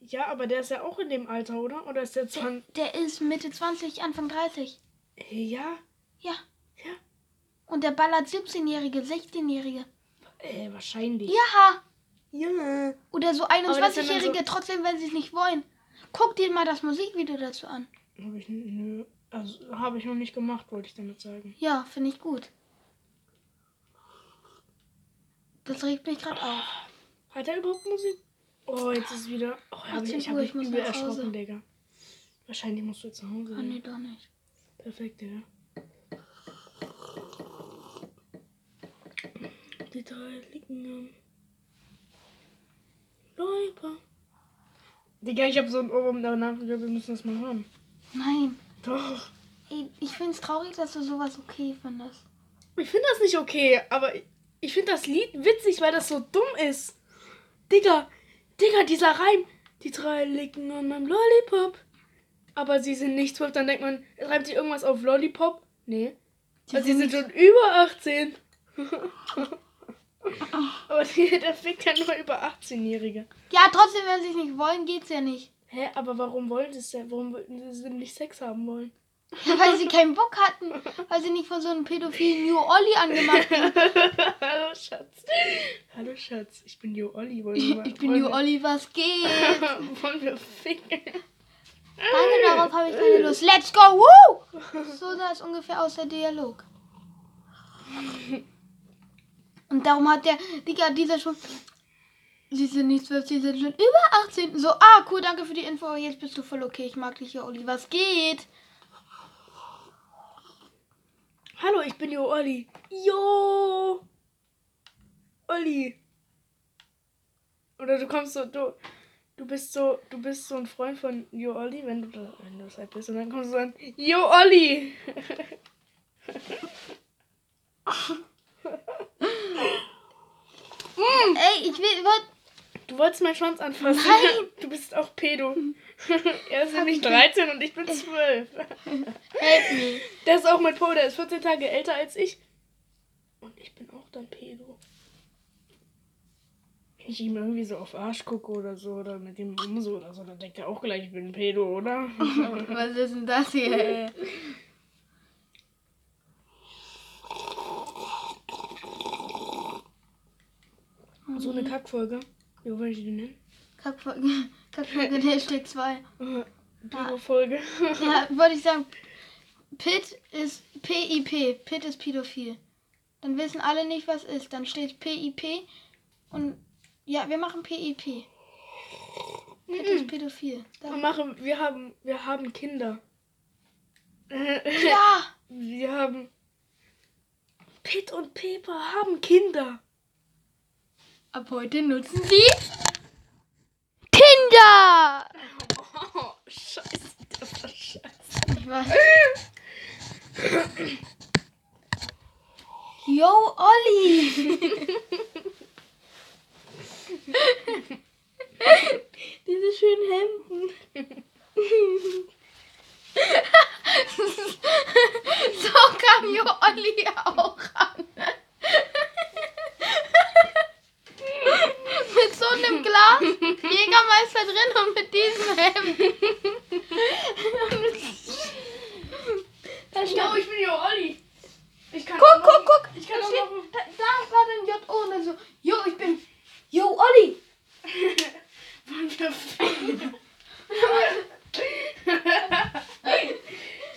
S1: Ja, aber der ist ja auch in dem Alter, oder? Oder ist der 20?
S2: Der ist Mitte 20, Anfang 30.
S1: Ey, Ja.
S2: Ja.
S1: Ja.
S2: Und der ballert 17-Jährige, 16-Jährige.
S1: Äh, wahrscheinlich.
S2: Ja.
S1: Junge.
S2: Oder so
S1: das sind dann
S2: 21-Jährige, trotzdem, wenn sie es nicht wollen. Guck dir mal das Musikvideo dazu an.
S1: Habe ich, nö, also habe ich noch nicht gemacht, wollte ich damit sagen.
S2: Ja, finde ich gut. Das regt mich gerade auf.
S1: Ah, Hat er überhaupt Musik? Oh, jetzt ist wieder. Oh, hab ich,
S2: 18
S1: ich habe
S2: Uhr,
S1: mich
S2: ich muss
S1: übel
S2: nach Hause.
S1: erschrocken, Digga. Wahrscheinlich musst du jetzt nach Hause.
S2: Ah, nee,
S1: gehen.
S2: doch nicht.
S1: Perfekt, Digga. Die drei liegen am Läufer. Digga, ich habe so einen Ohrwurm danach. Ich glaub, wir müssen das mal hören.
S2: Nein.
S1: Doch.
S2: Ey, ich finde es traurig, dass du sowas okay findest.
S1: Ich finde das nicht okay, aber ich- ich finde das Lied witzig, weil das so dumm ist. Digga, Digga, dieser Reim. Die drei liegen an meinem Lollipop. Aber sie sind nicht zwölf, dann denkt man, es reimt sich irgendwas auf Lollipop. Nee.
S2: Die
S1: Weil sie
S2: sind
S1: sind schon über 18. aber die, der fickt ja nur über 18-Jährige.
S2: Ja, trotzdem, wenn sie es nicht wollen, geht's ja nicht.
S1: Hä, aber warum wollen sie es denn? Warum wollten sie es denn nicht Sex haben wollen?
S2: Weil sie keinen Bock hatten. Weil sie nicht von so einem pädophilen New Olli angemacht wurden.
S1: Hallo, Schatz. Hallo, Schatz. Ich bin Jo Olli. Wollen wir mal-
S2: Ich bin
S1: wollen
S2: New
S1: wir-
S2: Olli, was geht?
S1: Wollen wir ficken?
S2: Danke, darauf habe ich keine Lust. Let's go, woo! So sah es ungefähr aus, der Dialog. Und darum hat der, Digga, dieser schon... Sie sind nicht zwölf, sie sind schon über 18. So, ah, cool, danke für die Info. Jetzt bist du voll okay. Ich mag dich ja, Olli. Was geht?
S1: Hallo, ich bin Jo Olli. Jo! Olli. Oder du kommst so, du, du bist so, du bist so ein Freund von Jo Olli, wenn du, da, wenn du das halt bist. Und dann kommst du dann, Jo Olli!
S2: ich will, wollt,
S1: Du wolltest meinen Schwanz anfassen.
S2: Nein.
S1: Du bist auch Pedo. er ist
S2: Hab
S1: nämlich
S2: ich nicht.
S1: 13 und ich bin 12.
S2: help me.
S1: Der ist auch mein Po, der ist 14 Tage älter als ich. Und ich bin auch dann Pedo. Wenn ich ihm irgendwie so auf Arsch gucke oder so, oder mit ihm umso oder so, dann denkt er auch gleich, ich bin ein Pedo, oder?
S2: Was ist denn das hier?
S1: so eine Kackfolge. Wie wollen ich die nennen?
S2: Kackfolge, Kackfolge, Hashtag 2.
S1: Pedo-Folge.
S2: Ja, würde ich sagen, Pit ist PIP. Pit ist pädophil. Dann wissen alle nicht, was ist. Dann steht PIP und ja, wir machen PIP. Pit ist pädophil.
S1: Wir
S2: Da,
S1: machen, wir haben, wir haben Kinder.
S2: ja!
S1: Wir haben. Pitt und Pepper haben Kinder.
S2: Ab heute nutzen sie.
S3: Tinder!
S1: Oh, scheiße, das war scheiße.
S2: Ich weiß. Yo, Olli! Diese schönen Hemden. so kam Jo Olli auch an. mit so einem Glas Jägermeister drin und mit diesem Hemd. Da stand-
S1: ich bin ja Olli. Ich kann
S2: Guck, guck, guck.
S1: Ich kann
S2: da,
S1: auch
S2: steht,
S1: noch-
S2: da, da war dann J.O. und dann so, Jo, ich bin Jo Olli.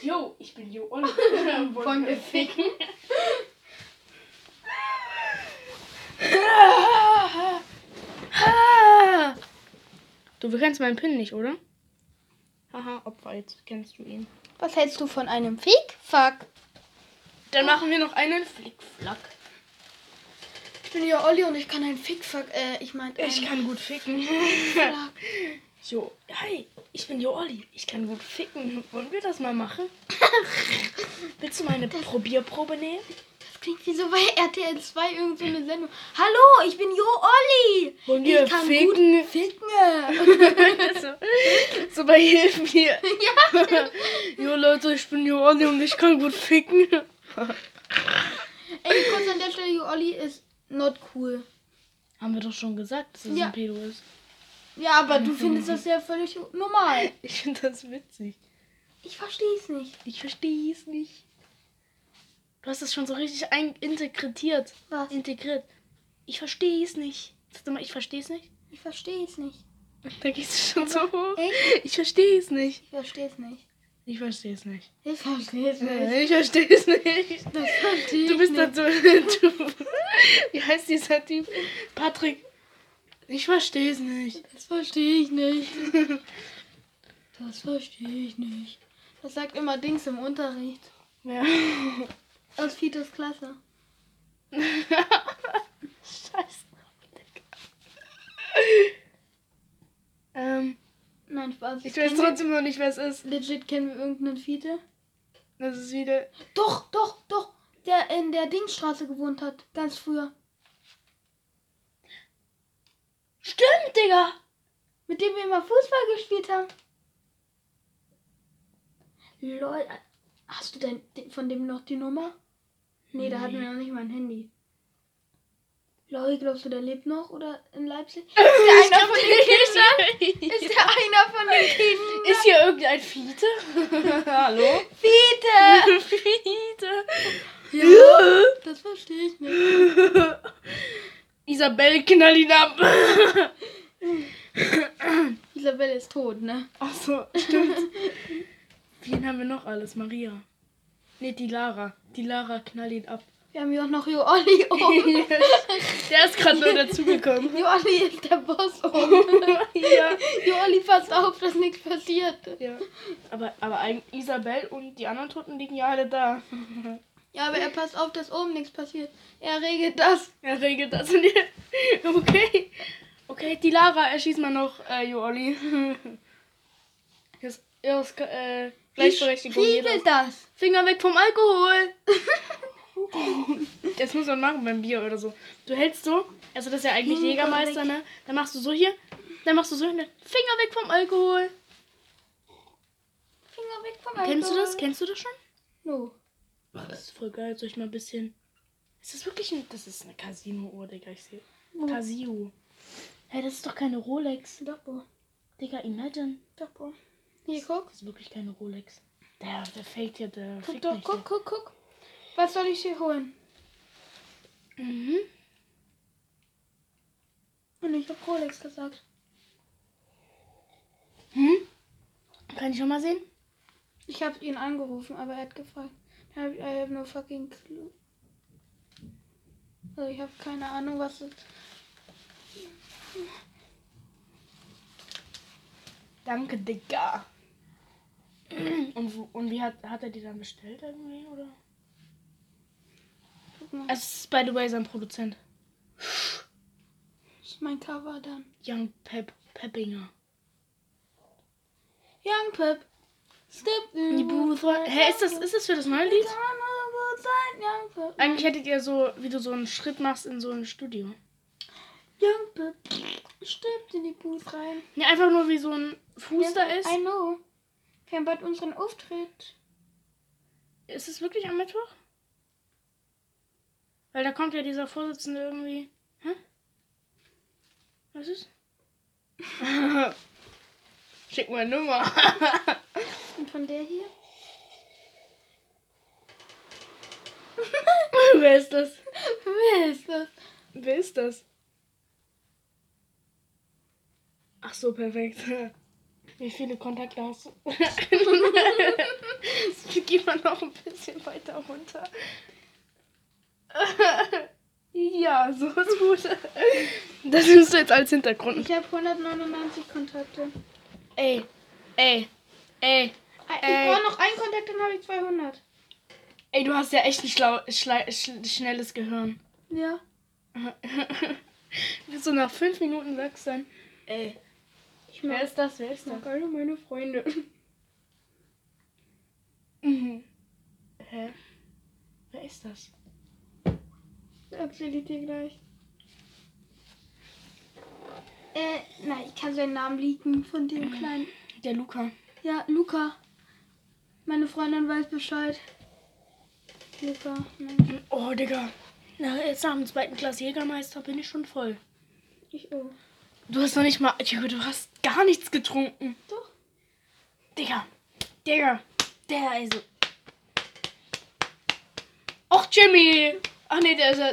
S1: Jo, ich bin Jo Olli.
S2: Wollen wir ficken?
S1: Du kennst meinen Pin nicht, oder? Haha, Opfer, jetzt kennst du ihn.
S2: Was hältst du von einem Fick? Fuck.
S1: Dann machen wir noch einen Flickflack.
S2: Ich bin Jo Olli und ich kann einen Fick, fuck, äh, ich meinte
S1: Ich kann gut ficken.
S2: Genau.
S1: Jo, hi, ich bin Jo Olli. Ich kann gut ficken. Wollen wir das mal machen? Willst du meine Probierprobe nehmen?
S2: Das klingt wie so bei RTL 2 irgend so eine Sendung. Hallo, ich bin Jo Olli.
S1: Wollen
S2: Ich kann
S1: ficken? Also,
S2: Ficken.
S1: so, so bei Hilf mir. Ja. jo Leute, ich bin Jo Olli und ich kann gut ficken.
S2: Ey, kurz an der Stelle, Jo Olli ist not cool.
S1: Haben wir doch schon gesagt, dass es
S2: Ja.
S1: ein Pedo ist.
S2: Ja, aber du findest das ja völlig normal.
S1: Ich finde das witzig.
S2: Ich verstehe es nicht.
S1: Ich verstehe es nicht. Du hast es schon so richtig ein integriert.
S2: Was?
S1: Integriert. Ich verstehe es nicht. Sagst du mal, ich verstehe es nicht?
S2: Ich verstehe es nicht.
S1: Da gehst du schon so hoch.
S2: Echt?
S1: Ich verstehe es nicht.
S2: Ich verstehe es nicht.
S1: Ich verstehe es nicht.
S2: Ich verstehe es nicht.
S1: Ich verstehe es nicht.
S2: Das verstehe
S1: Du bist dann so. Du, wie heißt dieser Typ? Patrick. Ich verstehe es nicht.
S2: Das verstehe ich nicht. Das verstehe ich nicht. Das sagt immer Dings im Unterricht.
S1: Ja.
S2: Aus Fitos Klasse.
S1: Scheiße. Ähm,
S2: Nein, Spaß.
S1: ich weiß
S2: Kennen
S1: trotzdem noch nicht, wer es ist.
S2: wir- Legit kennen wir irgendeinen Fiete.
S1: Das ist wieder.
S2: Doch, doch, doch. Der in der Dingsstraße gewohnt hat. Ganz früher.
S1: Stimmt, Digga!
S2: Mit dem wir immer Fußball gespielt haben. Lol. Hast du dein, de- von dem noch die Nummer? Nee, da hatten wir noch nicht mal ein Handy. Lol, glaubst du, der lebt noch oder in Leipzig? Ist der einer von den Kindern? Ist der einer von den Kindern?
S1: Ist hier irgendein Fiete? Hallo?
S2: Peter!
S1: Fiete!
S2: Das verstehe ich nicht.
S1: Isabelle, knall ihn ab!
S2: Isabelle ist tot, ne?
S1: Ach so, stimmt. Wen haben wir noch alles? Maria. Ne, die Lara. Die Lara knall ihn ab.
S2: Wir haben ja auch noch Jo Olli oben.
S1: Der ist gerade nur dazugekommen.
S2: Jo Olli ist der Boss oben.
S1: ja.
S2: Jo Olli passt auf, dass nichts passiert.
S1: ja. Aber, aber eigentlich Isabelle und die anderen Toten liegen ja alle da.
S2: Ja, aber er passt auf, dass oben nichts passiert. Er regelt das.
S1: Er regelt das und ihr. Okay. Okay, die Lara erschießt mal noch, äh, Jo Olli. Das, das, äh, Gleichberechtigung.
S2: Regelt das.
S1: Finger weg vom Alkohol. Das muss man machen beim Bier oder so. Du hältst so, also das ist ja eigentlich Jägermeister, ne? Dann machst du so hier, dann machst du so hier, Finger weg vom Alkohol.
S2: Finger weg vom
S1: Kennst du
S2: Alkohol.
S1: das? Kennst du das schon?
S2: No.
S1: Das ist voll geil, soll ich mal ein bisschen. Ist das wirklich ein. Das ist eine Casino-Uhr, Digga, ich sehe. Casio. Hä, das ist doch keine Rolex.
S2: Doch, boah.
S1: Digga, imagine.
S2: Doch, boah. Hier, guck.
S1: Das ist wirklich keine Rolex. Der, der fake hier, der.
S2: Guck
S1: fickt
S2: doch,
S1: nicht,
S2: guck, guck, guck. Was soll ich hier holen?
S1: der. Mhm.
S2: Und ich hab Rolex gesagt.
S1: Hm? Kann ich schon mal sehen?
S2: Ich hab ihn angerufen, aber er hat gefragt. I have, I have no fucking clue. Also ich habe keine Ahnung, was es
S1: Danke, Digga. Und, wo- und wie hat, hat er die dann bestellt irgendwie, oder?
S2: Guck mal,
S1: Es ist, by the way, sein Produzent.
S2: das ist mein Cover dann.
S1: Young Pep, Peppinger.
S2: Young Pep. Step in
S1: Die Booth- Hä, ist das, ist das für das neue Lied?
S2: sein, Young Pep.
S1: Eigentlich hättet ihr so, wie du so einen Schritt machst in so ein Studio.
S2: Young Pep. Stirbt in die Booth rein.
S1: Ja, einfach nur wie so ein Fuß da ist.
S2: I know. Wir haben bald unseren Auftritt.
S1: Ist es wirklich am Mittwoch? Weil da kommt ja dieser Vorsitzende irgendwie. Hä? Was ist? Schick mal Nummer.
S2: Und von der hier?
S1: Wer ist das?
S2: Wer ist das?
S1: Wer ist das? Ach so, perfekt. Wie viele Kontakte hast du? Jetzt geht man noch ein bisschen weiter runter. Ja, so ist gut. Das nimmst du jetzt als Hintergrund.
S2: Ich habe 199 Kontakte.
S1: Ey, ey, ey. Ey.
S2: Ah, Ich brauche noch einen Kontakt, dann habe ich 200.
S1: Ey, du hast ja echt ein schlau, schlei- sch, schnelles Gehirn.
S2: Ja.
S1: So nach fünf Minuten sagst du dann, ey,
S2: Ich
S1: wer
S2: mag,
S1: ist das, wer ist das?
S2: mag alle meine Freunde.
S1: Mhm. Hä? Wer ist das?
S2: Erzähl ich dir gleich. Äh, nein, ich kann seinen Namen leaken von dem kleinen.
S1: Der Luca.
S2: Ja, Luca. Meine Freundin weiß Bescheid. Luca. Nein,
S1: Oh, Digga. Na, jetzt nach dem zweiten Glas Jägermeister bin ich schon voll.
S2: ich oh.
S1: Du hast noch nicht mal. Digga, du hast gar nichts getrunken.
S2: Doch.
S1: Digga. Digga. Der also. Och, Jimmy! Ach nee, der ist ja.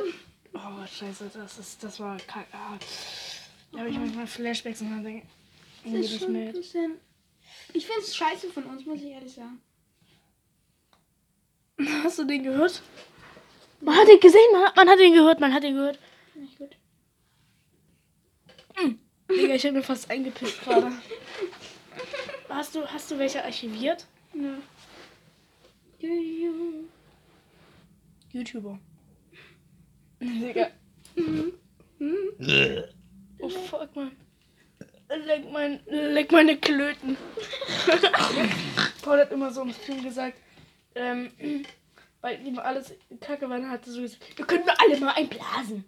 S1: Oh, scheiße, das ist. Das war kacke. Ah. Da habe ich manchmal Flashbacks und dann denke ich.
S2: Das ist
S1: Ist
S2: schon ein
S1: mit.
S2: bisschen. Ich finde es scheiße von uns, muss ich ehrlich sagen.
S1: Hast du den gehört? Man hat den gesehen, man hat, man hat den gehört, man hat den gehört.
S2: Nicht gut.
S1: Digga, ich habe mir fast eingepisst gerade. Hast du, hast du welche archiviert?
S2: Nö. Juju.
S1: YouTuber. Digga.
S2: Hm,
S1: Oh fuck, man. Leck, mein, leck meine Klöten. Paul hat immer so im Stream gesagt, ähm, weil ihm alles kacke war, dann hat er so gesagt, wir können mir alle mal einblasen.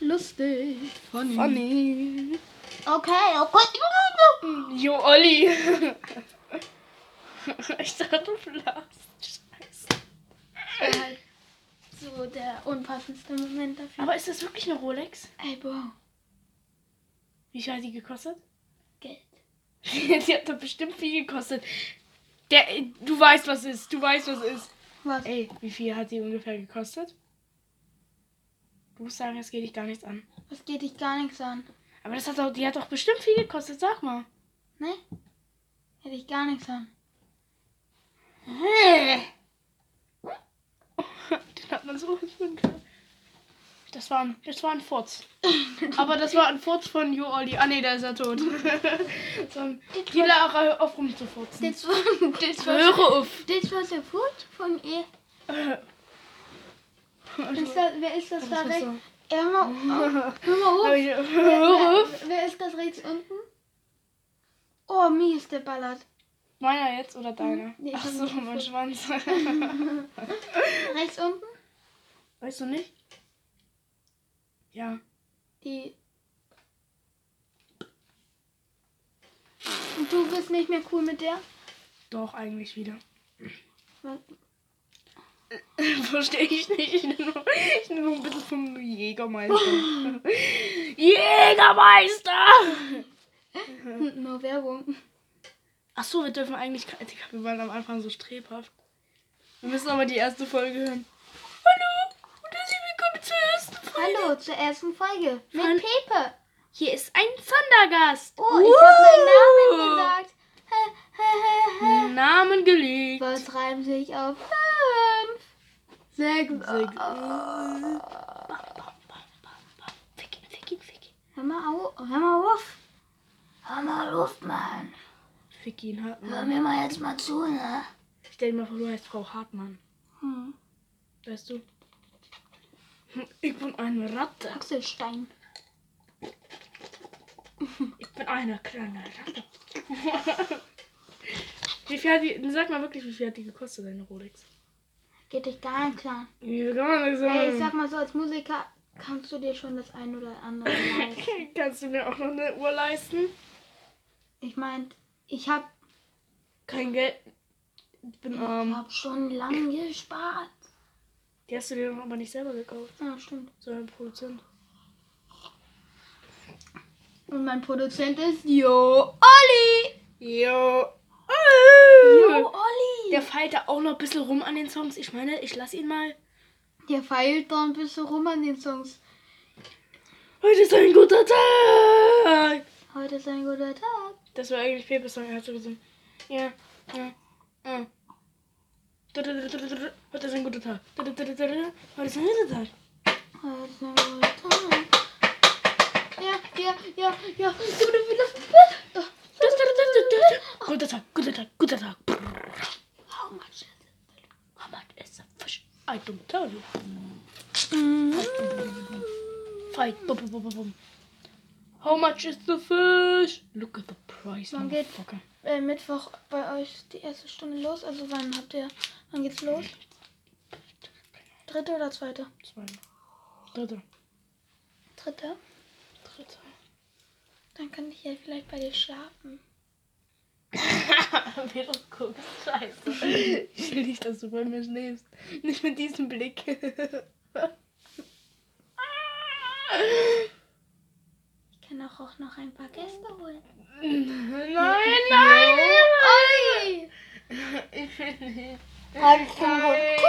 S2: Lustig.
S1: Funny.
S2: Okay, okay.
S1: Jo, Olli. ich dachte, du blast. Scheiße.
S2: Halt so der unpassendste Moment dafür.
S1: Aber ist das wirklich eine Rolex?
S2: Ey, boah.
S1: Wie viel hat die gekostet?
S2: Geld.
S1: die hat doch bestimmt viel gekostet. Der, du weißt, was ist. Du weißt, was ist.
S2: Was?
S1: Ey, wie viel hat die ungefähr gekostet? Du musst sagen, es geht dich gar nichts an.
S2: Das geht dich gar nichts an.
S1: Aber das hat doch, die hat doch bestimmt viel gekostet, sag mal.
S2: Ne? Hätte ich gar nichts an.
S1: Den hat man so nicht finden können. Das war ein, das war ein Furz. Aber das war ein Furz von Jo Olli. Ah nee, da ist er tot. so ein Dealer auf rumzufurzen.
S2: Das war, das war,
S1: Höre auf.
S2: das war der Foot von ihr. Ist das, wer ist das da
S1: Das ist
S2: rechts?
S1: so.
S2: Hör mal, hör mal hoch.
S1: Höre auf.
S2: Wer ist das rechts unten? Oh, mies, der ballert.
S1: Meiner jetzt oder deiner?
S2: Nee, ich
S1: Ach
S2: hab
S1: so,
S2: nicht
S1: mein Schwanz.
S2: Rechts unten?
S1: weißt du nicht? Ja.
S2: Die. Und du bist nicht mehr cool mit der?
S1: Doch, eigentlich wieder.
S2: Was?
S1: Verstehe ich nicht. Ich bin, nur, ich bin nur ein bisschen vom Jägermeister. Jägermeister!
S2: Hm, Nur Werbung.
S1: Ach so, wir dürfen eigentlich. ke- Digga, Wir waren am Anfang so strebhaft. Wir müssen aber die erste Folge hören. Hallo und herzlich willkommen zur ersten Folge.
S2: Hallo zur ersten Folge mit
S1: Hallo.
S2: Pepe.
S1: Hier ist ein Sondergast.
S2: Oh, ich habe meinen Namen gesagt. Hä, hä, hä, hä.
S1: Namen gelegt.
S2: Was reimt sich auf fünf? Sechs.
S1: Sechs.
S2: Oh.
S1: Fick ihn, fick ihn, fick ihn.
S2: Hör mal auf. Hör mal auf. Hör mal auf, Mann.
S1: Fick ihn, Hartmann.
S2: mir mal jetzt mal zu, ne?
S1: Stell dir mal vor, du heißt Frau Hartmann.
S2: Hm.
S1: Weißt du? Hm, Ich bin eine Ratte.
S2: Axelstein.
S1: Ich bin eine kleine Ratte. wie viel hat die. Sag mal wirklich, wie viel hat die gekostet, deine Rolex?
S2: Geht dich gar nicht klar.
S1: Wie kann man das
S2: Ey,
S1: sagen?
S2: ich sag mal so, als Musiker kannst du dir schon das ein oder andere leisten.
S1: Kannst du mir auch noch eine Uhr leisten?
S2: Ich mein, ich hab,
S1: Kein Geld. Ich bin
S2: ich
S1: arm.
S2: hab schon lange gespart.
S1: Die hast du dir doch aber nicht selber gekauft,
S2: Ja, stimmt.
S1: sondern Produzent.
S2: Und mein Produzent ist Jo Olli.
S1: Jo.
S2: Jo Olli.
S1: Der feilt da auch noch ein bisschen rum an den Songs. Ich meine, ich lass ihn mal.
S2: Der feilt da ein bisschen rum an den Songs.
S1: Heute ist ein guter Tag.
S2: Heute ist ein guter Tag.
S1: Das war eigentlich Pepes Song, er hat so gesungen. Ja, ja, ja. Heute ist ein guter Tag. Heute ist ein guter Tag.
S2: Heute ist ein guter Tag. Ja, ja, ja, ja. Du, du, du, du.
S1: Guter Tag, guter Tag, guter Tag.
S2: How much is it?
S1: How much is a fish? I don't tell you. Fight. Bum, bum, bum, bum, bum. How much is the fish? Look at the price.
S2: Wann geht-
S1: motherfucker.
S2: Äh, Mittwoch bei euch die erste Stunde los. Also wann habt ihr, wann geht's los? Dritte oder zweite?
S1: Zwei. Dritte.
S2: Dritte.
S1: Dritte.
S2: Dann kann ich ja vielleicht bei dir schlafen.
S1: Wie du guckst. Scheiße. Ich will nicht, dass du bei mir schläfst. Nicht mit diesem Blick. Ah!
S2: Ich kann auch, auch noch ein paar Gäste holen.
S1: nein, nein.
S2: Oi!
S1: Ich will nicht.
S2: Alles schon
S1: Nein. Heute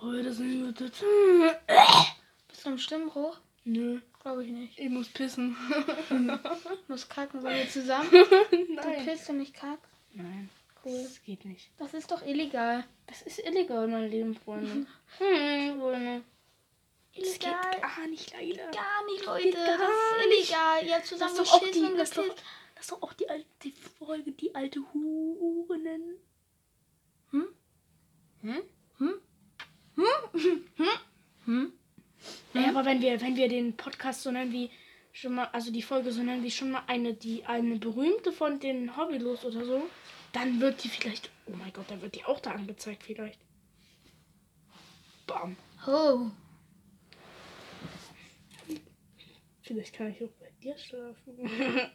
S1: Oh, ist ein guter Tag.
S2: Bist du im Stimmbruch?
S1: Nö,
S2: Glaube ich nicht.
S1: ich muss pissen.
S2: Ich muss kacken, sollen wir zusammen? Du
S1: Nein.
S2: pillst und ich kack?
S1: Nein,
S2: Cool.
S1: das geht nicht.
S2: Das ist doch illegal.
S1: Das ist illegal, meine lieben Freunde. Hm, Freunde. Das geht
S2: Illegal.
S1: gar nicht, leider.
S2: Gar nicht,
S1: geht
S2: Leute.
S1: gar
S2: das ist
S1: nicht.
S2: illegal. Ihr habt
S1: Das
S2: zusammen
S1: ist doch auch
S2: geschissen
S1: die,
S2: und
S1: das ist doch,
S2: gekifft.
S1: das ist doch auch die alte die Folge, die alte Huren.
S2: Hm?
S1: Hm?
S2: Hm? Hm?
S1: Ja, aber wenn wir, wenn wir den Podcast so nennen wie schon mal, also die Folge so nennen wie schon mal eine, die eine berühmte von den Hobbylos oder so, dann wird die vielleicht, oh mein Gott, dann wird die auch da angezeigt vielleicht. Bam.
S2: Oh.
S1: Vielleicht kann ich auch bei dir schlafen.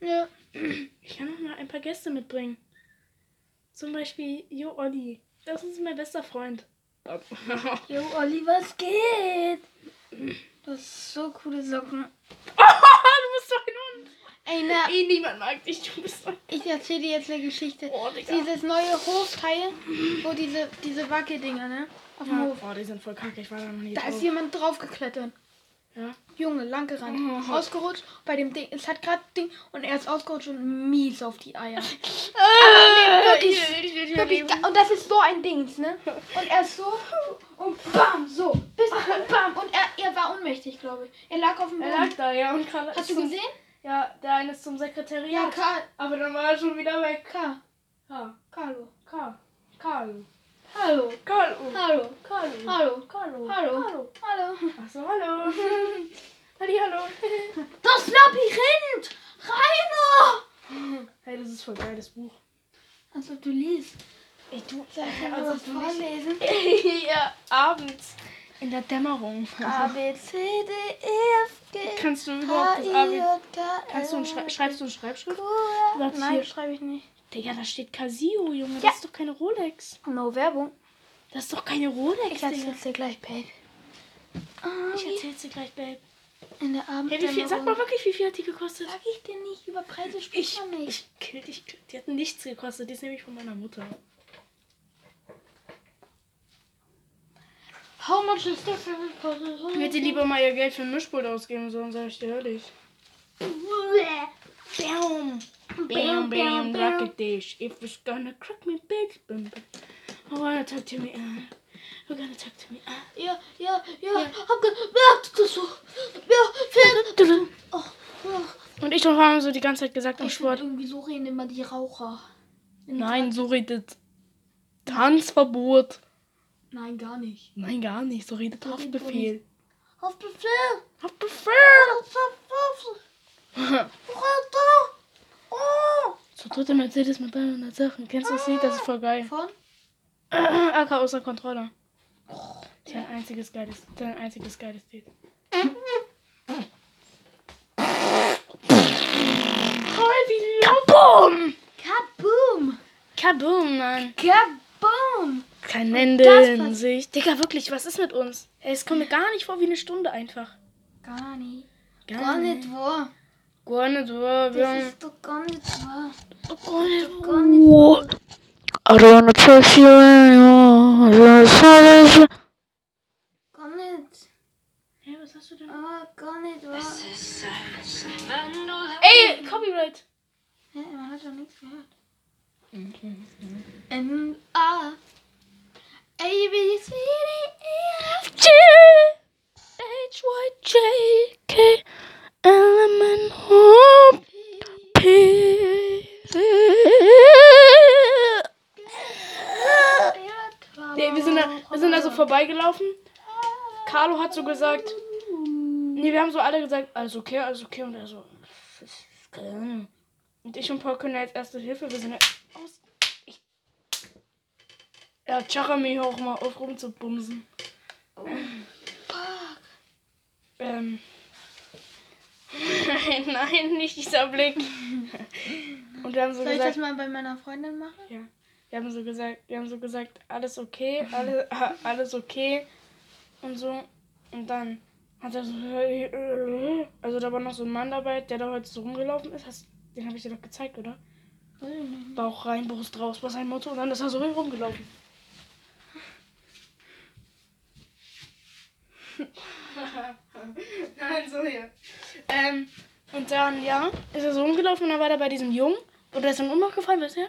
S2: Ja.
S1: Ich kann noch mal ein paar Gäste mitbringen. Zum Beispiel Jo Olli. Das ist mein bester Freund.
S2: Oh. Jo, Olli, was geht? Du hast so coole Socken.
S1: du bist doch ein Hund.
S2: Ey, na,
S1: Eh, niemand mag dich. Du bist doch...
S2: ich erzähle dir jetzt eine Geschichte.
S1: Oh, Digga.
S2: Dieses neue Hofteil, wo diese, diese Wackeldinger, ne? Auf dem Hof.
S1: Oh, die sind voll kacke. Ich war da noch nie
S2: Da
S1: drauf.
S2: ist jemand draufgeklettert.
S1: Ja?
S2: Junge, lang gerannt.
S1: Mhm.
S2: Ausgerutscht bei dem Ding. Es hat gerade Ding und er ist ausgerutscht und mies auf die Eier.
S1: Wirklich,
S2: Ah, Wirklich, ga- und das ist so ein Dings, ne? Und er ist so und bam, so. Bis und bam. Und er, er war ohnmächtig, glaube ich. Er lag auf dem
S1: Er lag
S2: Boden.
S1: da, ja. Und Karl
S2: Hast du gesehen?
S1: Ja, der eine ist zum Sekretariat.
S2: Ja, Karl.
S1: Aber dann war er schon wieder weg.
S2: Karl.
S1: Ja.
S2: Carlo.
S1: Karl. Karl.
S2: Hallo.
S1: Karl.
S2: Hallo.
S1: Karl.
S2: Hallo.
S1: Karl.
S2: Hallo. Hallo.
S1: Ach so, hallo. Halli, hallo.
S2: Das Labyrinth! Rainer!
S1: Hey, das ist voll geil, das Buch.
S2: Als ob du liest.
S1: Ey, du,
S2: Soll ich dir mal
S1: Also
S2: was
S1: du nicht-
S2: vorlesen?
S1: ja, abends. In der Dämmerung.
S2: A, B, C, D, E, F, G,
S1: Kannst du überhaupt
S2: H,
S1: das
S2: I,
S1: Abi...
S2: J, K,
S1: Kannst du ein
S2: L,
S1: Schrei schreibst du ein Schreibschrift?
S2: Q, R.
S1: Sag's
S2: Nein,
S1: hier.
S2: schreibe ich nicht.
S1: Digga, da steht Casio, Junge.
S2: Ja.
S1: Das ist doch keine Rolex.
S2: No Werbung.
S1: Das ist doch keine Rolex,
S2: Ich
S1: Digga.
S2: erzähl's dir gleich, Babe.
S1: Ich
S2: Ah,
S1: erzähl's dir gleich, Babe.
S2: in der Abend.
S1: Hey, wie viel, sag mal wirklich, wie viel hat die gekostet?
S2: Sag ich dir nicht, über Preise spricht
S1: Ich,
S2: man nicht.
S1: ich kill dich. Die hat nichts gekostet. Die ist nämlich von meiner Mutter.
S2: How much is this for the puzzle?
S1: Ich hätte lieber mal ihr Geld für einen Mischpult ausgeben sollen, sag ich dir ehrlich. Bam! Bam, bam, rocket dish. If it's gonna crack me, bitch. Bam, bam. Oh, wanna talk to me? Uh, you're gonna talk to me? Uh,
S2: Ja, ja, ja, hab gemerkt, dass du. Ja, ja. Oh, ja.
S1: Und ich und Frau haben so die ganze Zeit gesagt im
S2: Ich find
S1: Sport.
S2: irgendwie so reden immer die Raucher.
S1: Nein, so redet Tanzverbot.
S2: Nein, gar nicht.
S1: Nein, gar nicht. So redet Haftbefehl.
S2: Auf Befehl!
S1: Haftbefehl!
S2: Auf Befehl! Raucher! Oh!
S1: Zu dritter Mercedes mit 300 Sachen. Kennst du das Lied? Das ist voll geil.
S2: Von?
S1: AK Ah, außer Kontrolle. Dein einziges geiles, dein einziges geiles Lied. Halt
S2: Voll wie
S1: Kaboom!
S2: Kaboom!
S1: Kaboom, Mann.
S2: Kaboom!
S1: Kein
S2: das
S1: Ende in
S2: passt-
S1: sich. Digga, wirklich, was ist mit uns? Ey, es kommt mir gar nicht vor wie eine Stunde einfach.
S2: Gar nicht. Gar nicht wahr.
S1: Gar nicht, wahr, wir
S2: Das
S1: haben-
S2: ist doch gar nicht wahr.
S1: Gar nicht.
S2: Gar nicht wahr.
S3: I don't wanna trust you anymore. I don't wanna trust you.
S2: Gar nicht.
S1: Hä, was hast du denn?
S2: Ah, gar nicht wahr.
S1: Ey, Copyright.
S2: Hä, man hat doch nichts gehört. N, A. A, B, C, D, E.
S3: G H Y J K L M N O P
S2: E.
S1: Nee, wir sind, da, wir sind da so vorbeigelaufen. Carlo hat so gesagt. Nee, wir haben so alle gesagt, alles okay, alles okay. Und er so, keine Ahnung. Und ich und Paul können ja jetzt erste Hilfe. Wir sind ja aus. Ich, er hat Charami auch mal auf rumzubumsen.
S2: Oh.
S1: Ähm. Nein, nein, nicht dieser Blick. Und wir haben so
S2: Soll ich
S1: gesagt.
S2: das mal bei meiner Freundin machen?
S1: Ja. Wir haben so gesagt, wir haben so gesagt, alles okay, alles, alles okay und so. Und dann hat er so, also da war noch so ein Mann dabei, der da heute so rumgelaufen ist. Hast, den habe ich dir doch gezeigt, oder? Bauch rein, Brust raus, war sein Motto. Und dann ist er so rumgelaufen. Nein, so ja. Ähm, und dann, ja, ist er so rumgelaufen und dann war er bei diesem Jungen. Oder ist er in Unmacht gefallen, weißt du?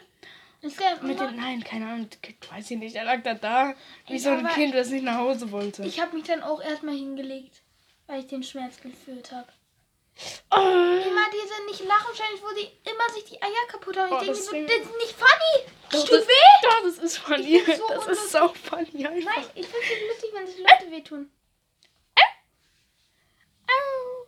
S2: Ist der
S1: Mit den, nein, keine Ahnung, ich weiß ich nicht. Er lag da da, wie
S2: Ich
S1: so ein
S2: aber-
S1: Kind, das nicht nach Hause wollte.
S2: Ich habe mich dann auch erstmal hingelegt, weil ich den Schmerz gefühlt habe.
S1: oh,
S2: Immer diese nicht lachen Challenge, wo die immer sich die Eier kaputt haben. Ich
S1: Oh,
S2: denke,
S1: das
S2: so,
S1: Ding-
S2: das ist nicht funny.
S1: doch,
S2: Tut
S1: das,
S2: weh.
S1: doch, das ist von
S2: Ich
S1: ihr.
S2: bin so
S1: das
S2: unlustig.
S1: ist sau von ihr. einfach.
S2: Nein, ich finde es lustig, wenn sich Leute wehtun. Au. Au.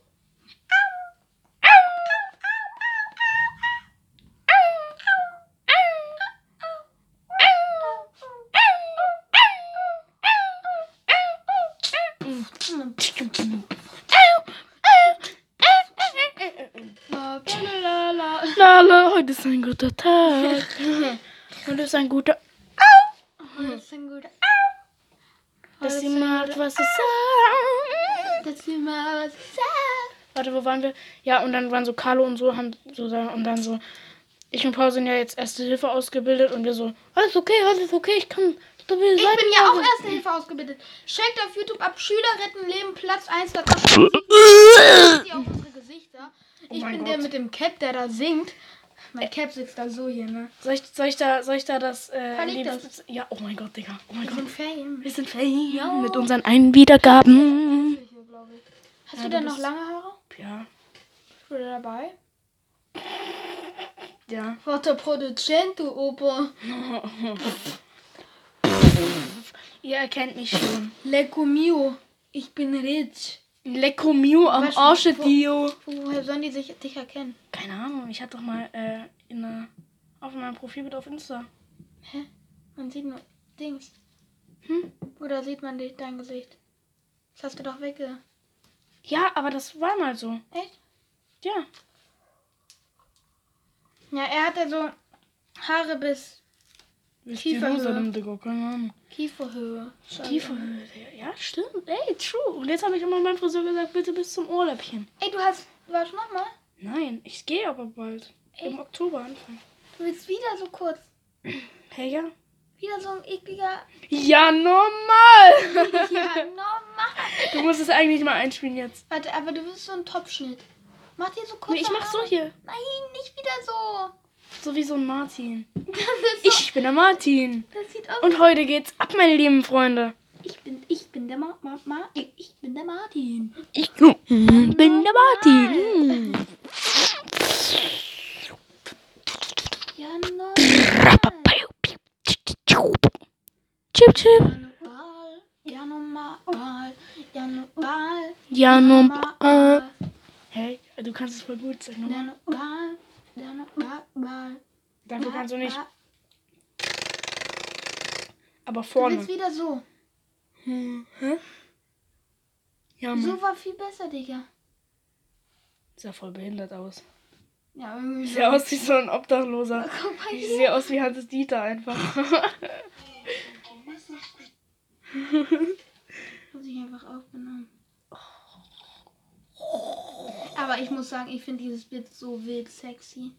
S1: La, la, heute ist ein guter Tag. heute ist ein guter.
S2: Das ist ein guter.
S1: Dass sie
S2: ist ein
S1: macht, was sie sagt.
S2: Das ist immer was.
S1: Warte, wo waren wir? Ja, und dann waren so Carlo und so, haben so da, und dann so. Ich und Paul sind ja jetzt Erste Hilfe ausgebildet und wir so, alles okay, alles okay, ich kann stabil
S2: Ich
S1: sein.
S2: bin ja auch Erste Hilfe ausgebildet. Checkt auf YouTube ab Schüler retten Leben Platz 1. Da kommt Seht ihr auch unsere Gesichter. Ich
S1: mein
S2: bin der
S1: Gott.
S2: mit dem Cap, der da singt. Mein Cap sitzt da so hier, ne?
S1: Soll ich, soll ich da, soll ich da das, äh,
S2: Verleg das.
S1: Liebes- Ja, oh mein Gott, Digga. Oh mein
S2: Wir
S1: Gott.
S2: sind Fame.
S1: Wir sind Fan mit unseren einen Wiedergaben.
S2: Hier, glaube ich. Hast
S1: Ja,
S2: du
S1: du
S2: denn noch
S1: bist-
S2: lange Haare?
S1: Ja,
S2: Bist du da dabei?
S1: ja.
S2: Warte, Produzent, du Opa.
S1: Ihr erkennt mich schon.
S2: Lecco mio. Ich bin rich.
S1: Lecco mio am
S2: Weißt du,
S1: Arsch
S2: wo-
S1: Dio.
S2: Woher sollen die sich, dich erkennen?
S1: Keine Ahnung, ich hatte doch mal äh, in einer, auf meinem Profilbild auf Insta.
S2: Hä? Man sieht nur Dings.
S1: Hm?
S2: Oder sieht man dich, dein Gesicht? Das hast du doch wegge...
S1: Ja, aber das war mal so.
S2: Echt?
S1: Ja.
S2: Ja, er hatte so Haare bis
S1: Wisst
S2: Kieferhöhe.
S1: ihr, wo sie denn, Digga? Keine Ahnung.
S2: Kieferhöhe.
S1: Kieferhöhe. Ja, stimmt. Ey, true. Und jetzt habe ich immer meinem Friseur gesagt, bitte bis zum Ohrläppchen.
S2: Ey, du hast... Warte, mach mal.
S1: Nein, ich gehe aber bald. Im Oktober Anfang.
S2: Du bist wieder so kurz.
S1: Hey, ja?
S2: Wieder so ein ekliger...
S1: Ja, normal!
S2: Ja, normal.
S1: Du musst es eigentlich mal einspielen jetzt.
S2: Warte, aber du bist so ein Topfschnitt. Mach dir so kurz.
S1: Nee, ich mach so hier.
S2: Nein, nicht wieder so.
S1: So wie so ein Martin.
S2: Das, ist so,
S1: Ich bin der Martin.
S2: das sieht aus.
S1: Und heute geht's ab, meine lieben Freunde.
S2: ich bin, ich bin der Ma, Ma, Ma ich, ich bin der Martin.
S3: Ich bin der Martin.
S2: Ja, normal.
S3: Chip, chip.
S2: Ja, normal. Ja, normal. Ja, normal.
S3: Ja, nun. Äh,
S1: Hey, du kannst es voll gut sagen.
S2: Ja, normal. Ja, normal.
S1: Dafür kannst du nicht.
S2: Du
S1: Aber
S2: bist
S1: vorne.
S2: wieder so.
S1: Ja, Mann.
S2: So war viel besser, Digga.
S1: Sieht ja voll behindert aus.
S2: Ja, irgendwie
S1: Ich
S2: so.
S1: sehe aus wie so ein Obdachloser.
S2: Guck mal
S1: Ich
S2: hier.
S1: sehe aus wie Hanses Dieter einfach.
S2: Muss ich einfach aufgenommen. Aber ich muss sagen, ich finde dieses Bild so wild sexy.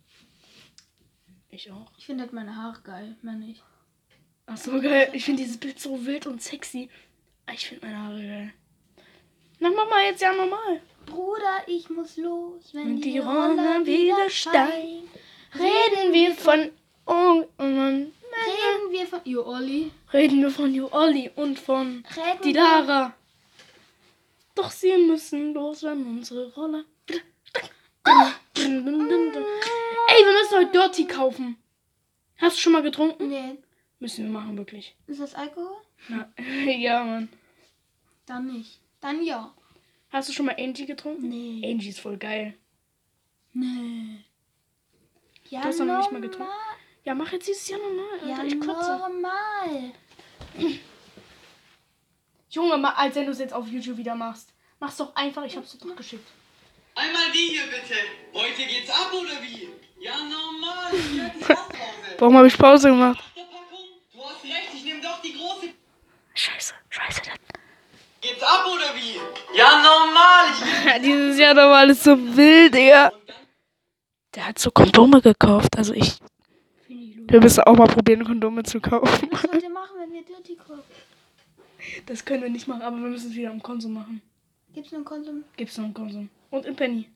S1: ich auch.
S2: Ich finde halt meine Haare geil, meine ich.
S1: Ach so geil. Ich finde dieses Bild so wild und sexy. Ah, Ich finde meine Haare geil. Na, mach mal jetzt ja normal.
S2: Bruder, ich muss los, wenn
S1: Wenn
S2: die,
S1: die
S2: Roller
S1: Roller
S2: wieder
S1: wieder
S2: steigen.
S1: Reden wir von. Oh, oh Mann.
S2: Reden wir von... Jo, Olli.
S1: Reden wir von Jo Olli und von
S2: Reden
S1: die
S2: wir-
S1: Lara. Doch sie müssen loswerden, unsere Roller. Ey, wir müssen heute Dirty kaufen. Hast du schon mal getrunken?
S2: Nee.
S1: Müssen wir machen, wirklich.
S2: Ist das Alkohol?
S1: Na, ja, Mann.
S2: Dann nicht. Dann ja.
S1: Hast du schon mal Angie getrunken?
S2: Nee.
S1: Angie ist voll geil.
S2: Nee. Ja,
S1: Du hast doch noch nicht mal getrunken.
S2: normal.
S1: Ja, mach jetzt dieses Jahr normal, Alter.
S2: Ja,
S1: ich kotze.
S2: normal.
S1: Junge, ma- als wenn du es jetzt auf YouTube wieder machst. Mach's doch einfach, ich hab's dir doch geschickt.
S4: Einmal die hier bitte. Heute geht's ab oder wie? Ja, normal. Hier hat die Pause.
S1: Warum habe ich Pause gemacht?
S4: Achterpackung? Du hast recht, ich nehme doch die große.
S1: Scheiße, scheiße.
S4: Geht's ab oder wie? Ja, normal. Ich
S1: Dieses Jahr doch alles so wild, Digga.
S3: Der hat so Kondome gekauft. Also ich.
S1: Wir müssen auch mal probieren, Kondome zu kaufen.
S2: Was sollt ihr machen, wenn wir Dirty gucken?
S1: Das können wir nicht machen, aber wir müssen es wieder im Konsum machen.
S2: Gibt's nur Konsum?
S1: Gibt's noch im Konsum. Und im Penny.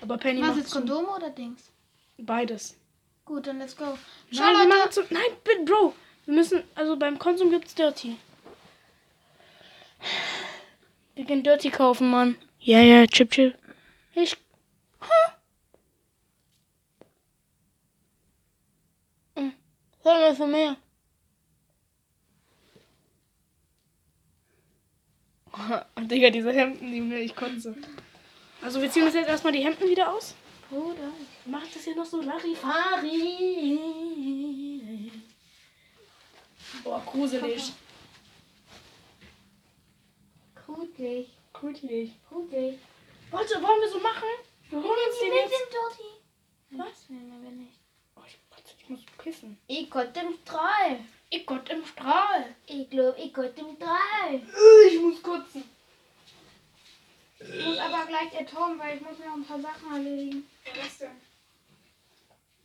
S1: Aber Penny
S2: Was
S1: macht
S2: jetzt, Kondome oder Dings?
S1: beides.
S2: Gut, dann let's go. Schau,
S1: Nein, wir
S2: Leute.
S1: machen zu. Nein, bi- Bro. Wir müssen. Also beim Konsum gibt's Dirty. Wir gehen Dirty kaufen, Mann.
S3: Ja, ja, chip, chip.
S1: Ich. Hm, Hol mir für mehr. Digga, diese Hemden, die mir ich konnte. Also wir ziehen uns jetzt erstmal die Hemden wieder aus.
S2: Bruder.
S1: Macht das hier noch so Larifari. Boah, gruselig.
S2: Gruselig.
S1: Gruselig.
S2: Gruselig.
S1: Warte, wollen wir so machen? Wir holen uns den
S2: mit
S1: jetzt.
S2: dem Dirty.
S1: Was?
S2: Nein, wenn nicht.
S1: Oh, ich, warte, ich muss pissen.
S2: Ich Gott im Strahl.
S1: Ich Gott im Strahl.
S2: Ich glaub, ich Gott im Strahl.
S1: Ich muss kotzen.
S2: Ich muss aber gleich ertoben, weil ich muss noch ein paar Sachen erledigen.
S1: Was denn?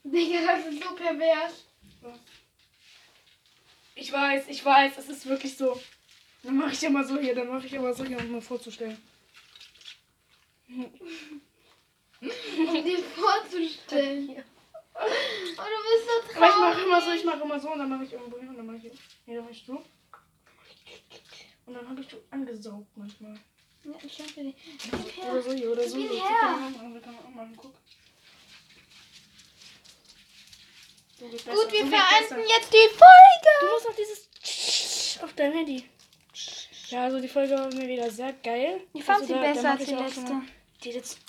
S2: Digga, das ist so pervers.
S1: Ich weiß, ich weiß, es ist wirklich so. Dann mache ich immer so hier, dann mache ich immer so hier, um mir vorzustellen.
S2: Um dir vorzustellen. Und du bist so
S1: Aber ich
S2: traurig.
S1: mache immer so, ich mache immer so und dann mache ich irgendwo hin und dann mache ich. Nee, dann mache ich so. Und dann habe ich so angesaugt manchmal.
S2: Ja, ich hoffe nicht. Also, Gib
S1: Oder so hier oder
S2: her.
S1: so.
S2: Gib
S1: so.
S2: ihn
S1: Kann
S2: her.
S1: man machen, kann man auch machen, guck. So geht besser,
S2: Gut, wir
S1: so geht
S2: verenden
S1: besser.
S2: jetzt die Folge.
S1: Du musst noch dieses auf deinem Handy. Ja, also die Folge war mir wieder sehr geil.
S2: Ich fand
S1: also
S2: sie
S1: da- da
S2: besser
S1: mach
S2: als
S1: ich
S2: die
S1: auch schon mal-
S2: letzte.
S1: Die letzte.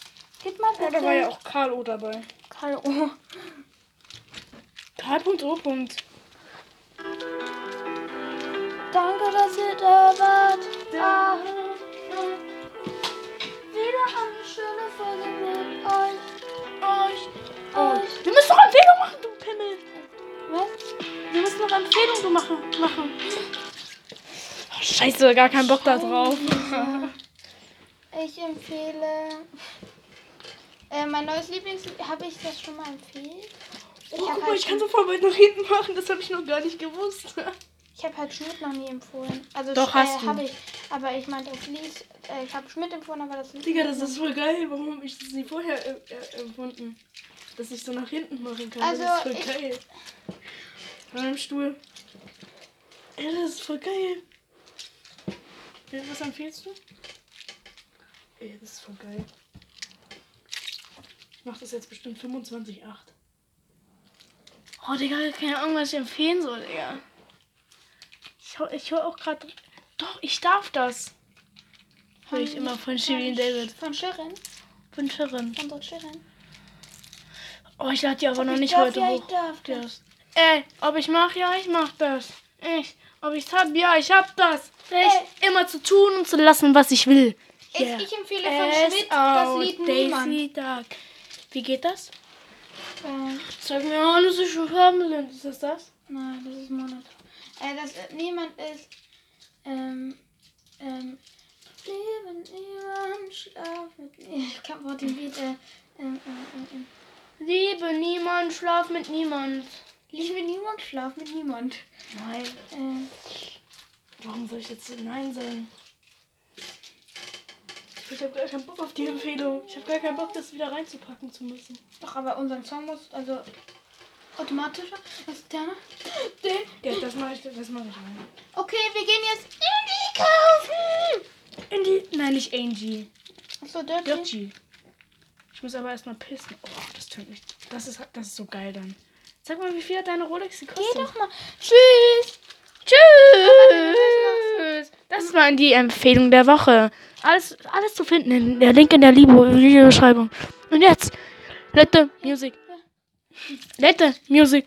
S2: Geht mal
S1: Ja,
S2: bitte.
S1: da war ja auch K.O. dabei.
S2: Karl O.
S1: K.O. Punkt.
S2: Danke, dass ihr da wart. Ah, wieder eine schöne Folge mit euch. Oh. Euch. Euch.
S1: Wir müssen doch Empfehlung machen, du Pimmel.
S2: Was?
S1: Wir müssen noch Empfehlung so machen. machen. Oh, scheiße, gar keinen Bock da drauf.
S2: Ich empfehle. Äh, mein neues Lieblingslied. Habe ich das schon mal empfehlt?
S1: Oh,
S2: hab
S1: guck mal,
S2: halt
S1: ich kann so voll weit nach hinten machen. Das habe ich noch gar nicht gewusst.
S2: Ich habe halt Schmidt noch nie empfohlen. Also
S1: Doch,
S2: Sch-
S1: hast
S2: äh,
S1: du.
S2: Hab ich, aber ich meinte das Lied, äh, ich habe Schmidt empfohlen, aber das Lied.
S1: Digga, das ist voll geil. Warum habe ich das nie vorher äh, äh, empfunden? Dass ich so nach hinten machen kann.
S2: Also,
S1: das ist voll
S2: ich-
S1: geil. An einem Stuhl. Ja, das ist voll geil. Ja, Was empfiehlst du? Ey, das ist voll geil. Ich mach das jetzt bestimmt 25,8. Oh, Digga, keine Ahnung, was ich empfehlen soll, Digga. Ich, hau- ich höre auch gerade. Doch, ich darf das. Hör ich immer von Shirin David.
S2: Von Shirin,
S1: Von Sharon.
S2: von so Shirin.
S1: Oh, ich lade die aber noch
S2: Ich
S1: nicht
S2: darf,
S1: heute
S2: ja,
S1: hoch.
S2: Ich darf das.
S1: Das. Ey, ob ich mach, ja, ich mach das. Ich, ob ich's hab, ja, ich hab das. Recht, immer zu tun und zu lassen, was ich will.
S2: Ich,
S1: Yeah.
S2: ich empfehle von
S1: Es
S2: Schmidt das
S1: out,
S2: Lied Niemand.
S1: Daisy Duck. Wie geht das?
S2: Ähm,
S1: Sag mir alles, ich schon haben sind. Ist das das?
S2: nein, das ist Monat. Äh, das äh, Niemand ist. Ähm, ähm, Leben, niemand, schlaf mit mir. Ich kann Wort den Lied. Äh, ähm, ähm, ähm, ähm.
S1: Liebe niemand, schlaf mit niemand.
S2: Liebe niemand, schlaf mit niemand.
S1: Nein.
S2: Äh,
S1: Warum soll ich jetzt Nein sagen? Ich hab gar keinen Bock auf die Empfehlung. Ich hab gar keinen Bock, das wieder reinzupacken zu müssen.
S2: Doch, aber unseren Song muss, also automatischer. Was ist der noch?
S1: Ja, das mache ich, das mache ich rein.
S2: Okay, wir gehen jetzt Indie kaufen.
S1: Angie? Nein, nicht Angie.
S2: Achso, Dirty.
S1: Dirty. Ich muss aber erstmal pissen. Oh, das tönt mich. Das ist, das ist so geil dann. Sag mal, wie viel hat deine Rolex gekostet?
S2: Geh doch mal. Tschüss.
S1: Tschüss! Das waren die Empfehlungen der Woche. Alles, alles zu finden in der Link in der Libo Videobeschreibung. Und jetzt, Lette Music. Lette Music.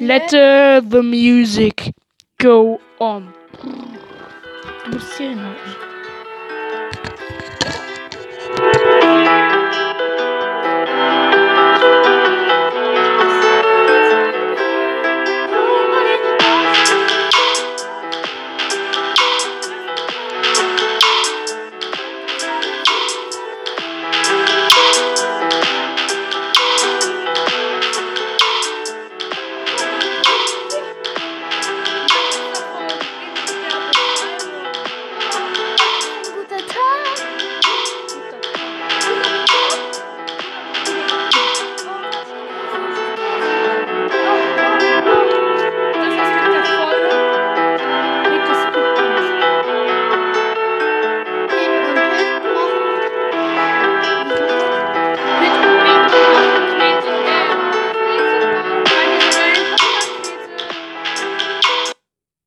S1: Lette the Music. Go on. Du musst hier hinhalten.